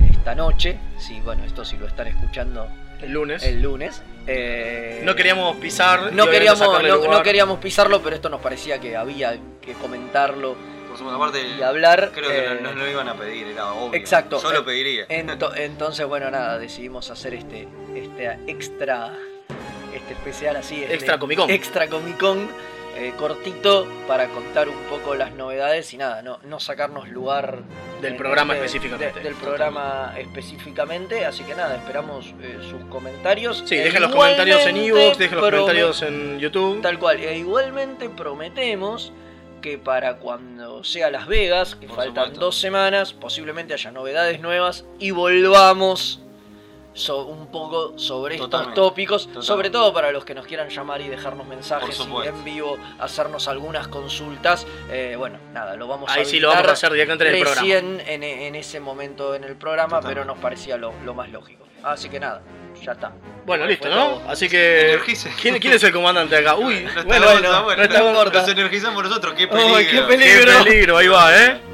Speaker 3: esta noche, sí, bueno, esto si lo están escuchando
Speaker 4: El lunes.
Speaker 3: el lunes. eh,
Speaker 4: No queríamos pisar...
Speaker 3: no
Speaker 4: y
Speaker 3: queríamos,
Speaker 4: sacarle
Speaker 3: no-
Speaker 4: lugar.
Speaker 3: no queríamos pisarlo, pero esto nos parecía que había que comentarlo
Speaker 2: Por supuesto, aparte,
Speaker 3: y hablar.
Speaker 2: creo que
Speaker 3: eh,
Speaker 2: no, no lo iban a pedir, era obvio.
Speaker 3: exacto.
Speaker 2: Yo lo pediría.
Speaker 3: Ento- entonces, bueno, nada, decidimos hacer este, este extra, este especial así. este
Speaker 4: Extra Comic Con.
Speaker 3: Extra Comic Con, eh, cortito, para contar un poco las novedades y nada, no, no sacarnos lugar. en
Speaker 4: Del
Speaker 3: este,
Speaker 4: programa específicamente.
Speaker 3: de- del programa específicamente, así que nada, esperamos eh, sus comentarios.
Speaker 4: Sí,
Speaker 3: E
Speaker 4: dejen los comentarios en
Speaker 3: igualmente
Speaker 4: Evox, dejen los
Speaker 3: prome-
Speaker 4: comentarios en YouTube.
Speaker 3: Tal cual, e igualmente prometemos que para cuando sea Las Vegas, que
Speaker 2: Por
Speaker 3: faltan
Speaker 2: supuesto.
Speaker 3: dos semanas, posiblemente haya novedades nuevas y volvamos so- un poco sobre
Speaker 2: Totalmente,
Speaker 3: estos tópicos,
Speaker 2: totalmente.
Speaker 3: sobre todo para los que nos quieran llamar y dejarnos mensajes
Speaker 2: Por
Speaker 3: y
Speaker 2: supuesto.
Speaker 3: en vivo hacernos algunas consultas. Eh, bueno, nada, lo vamos a
Speaker 4: Ahí sí lo vamos a
Speaker 3: habilitar
Speaker 4: hacer directamente en el programa.
Speaker 3: recién en, en ese momento en el programa,
Speaker 2: Totalmente.
Speaker 3: pero nos parecía lo, lo más lógico. Así que nada, ya está.
Speaker 4: Bueno, listo,
Speaker 3: Fue
Speaker 4: ¿no?
Speaker 3: todo.
Speaker 4: Así que...
Speaker 2: Energice.
Speaker 4: ¿Quién, quién es el comandante acá? Uy,
Speaker 2: No está
Speaker 4: bueno,
Speaker 2: Gonza,
Speaker 4: bueno,
Speaker 2: bueno,
Speaker 4: no está Oh, Gonza.
Speaker 2: Nos energizamos nosotros, qué
Speaker 4: Ay,
Speaker 2: peligro.
Speaker 4: qué peligro. ahí va, ¿eh?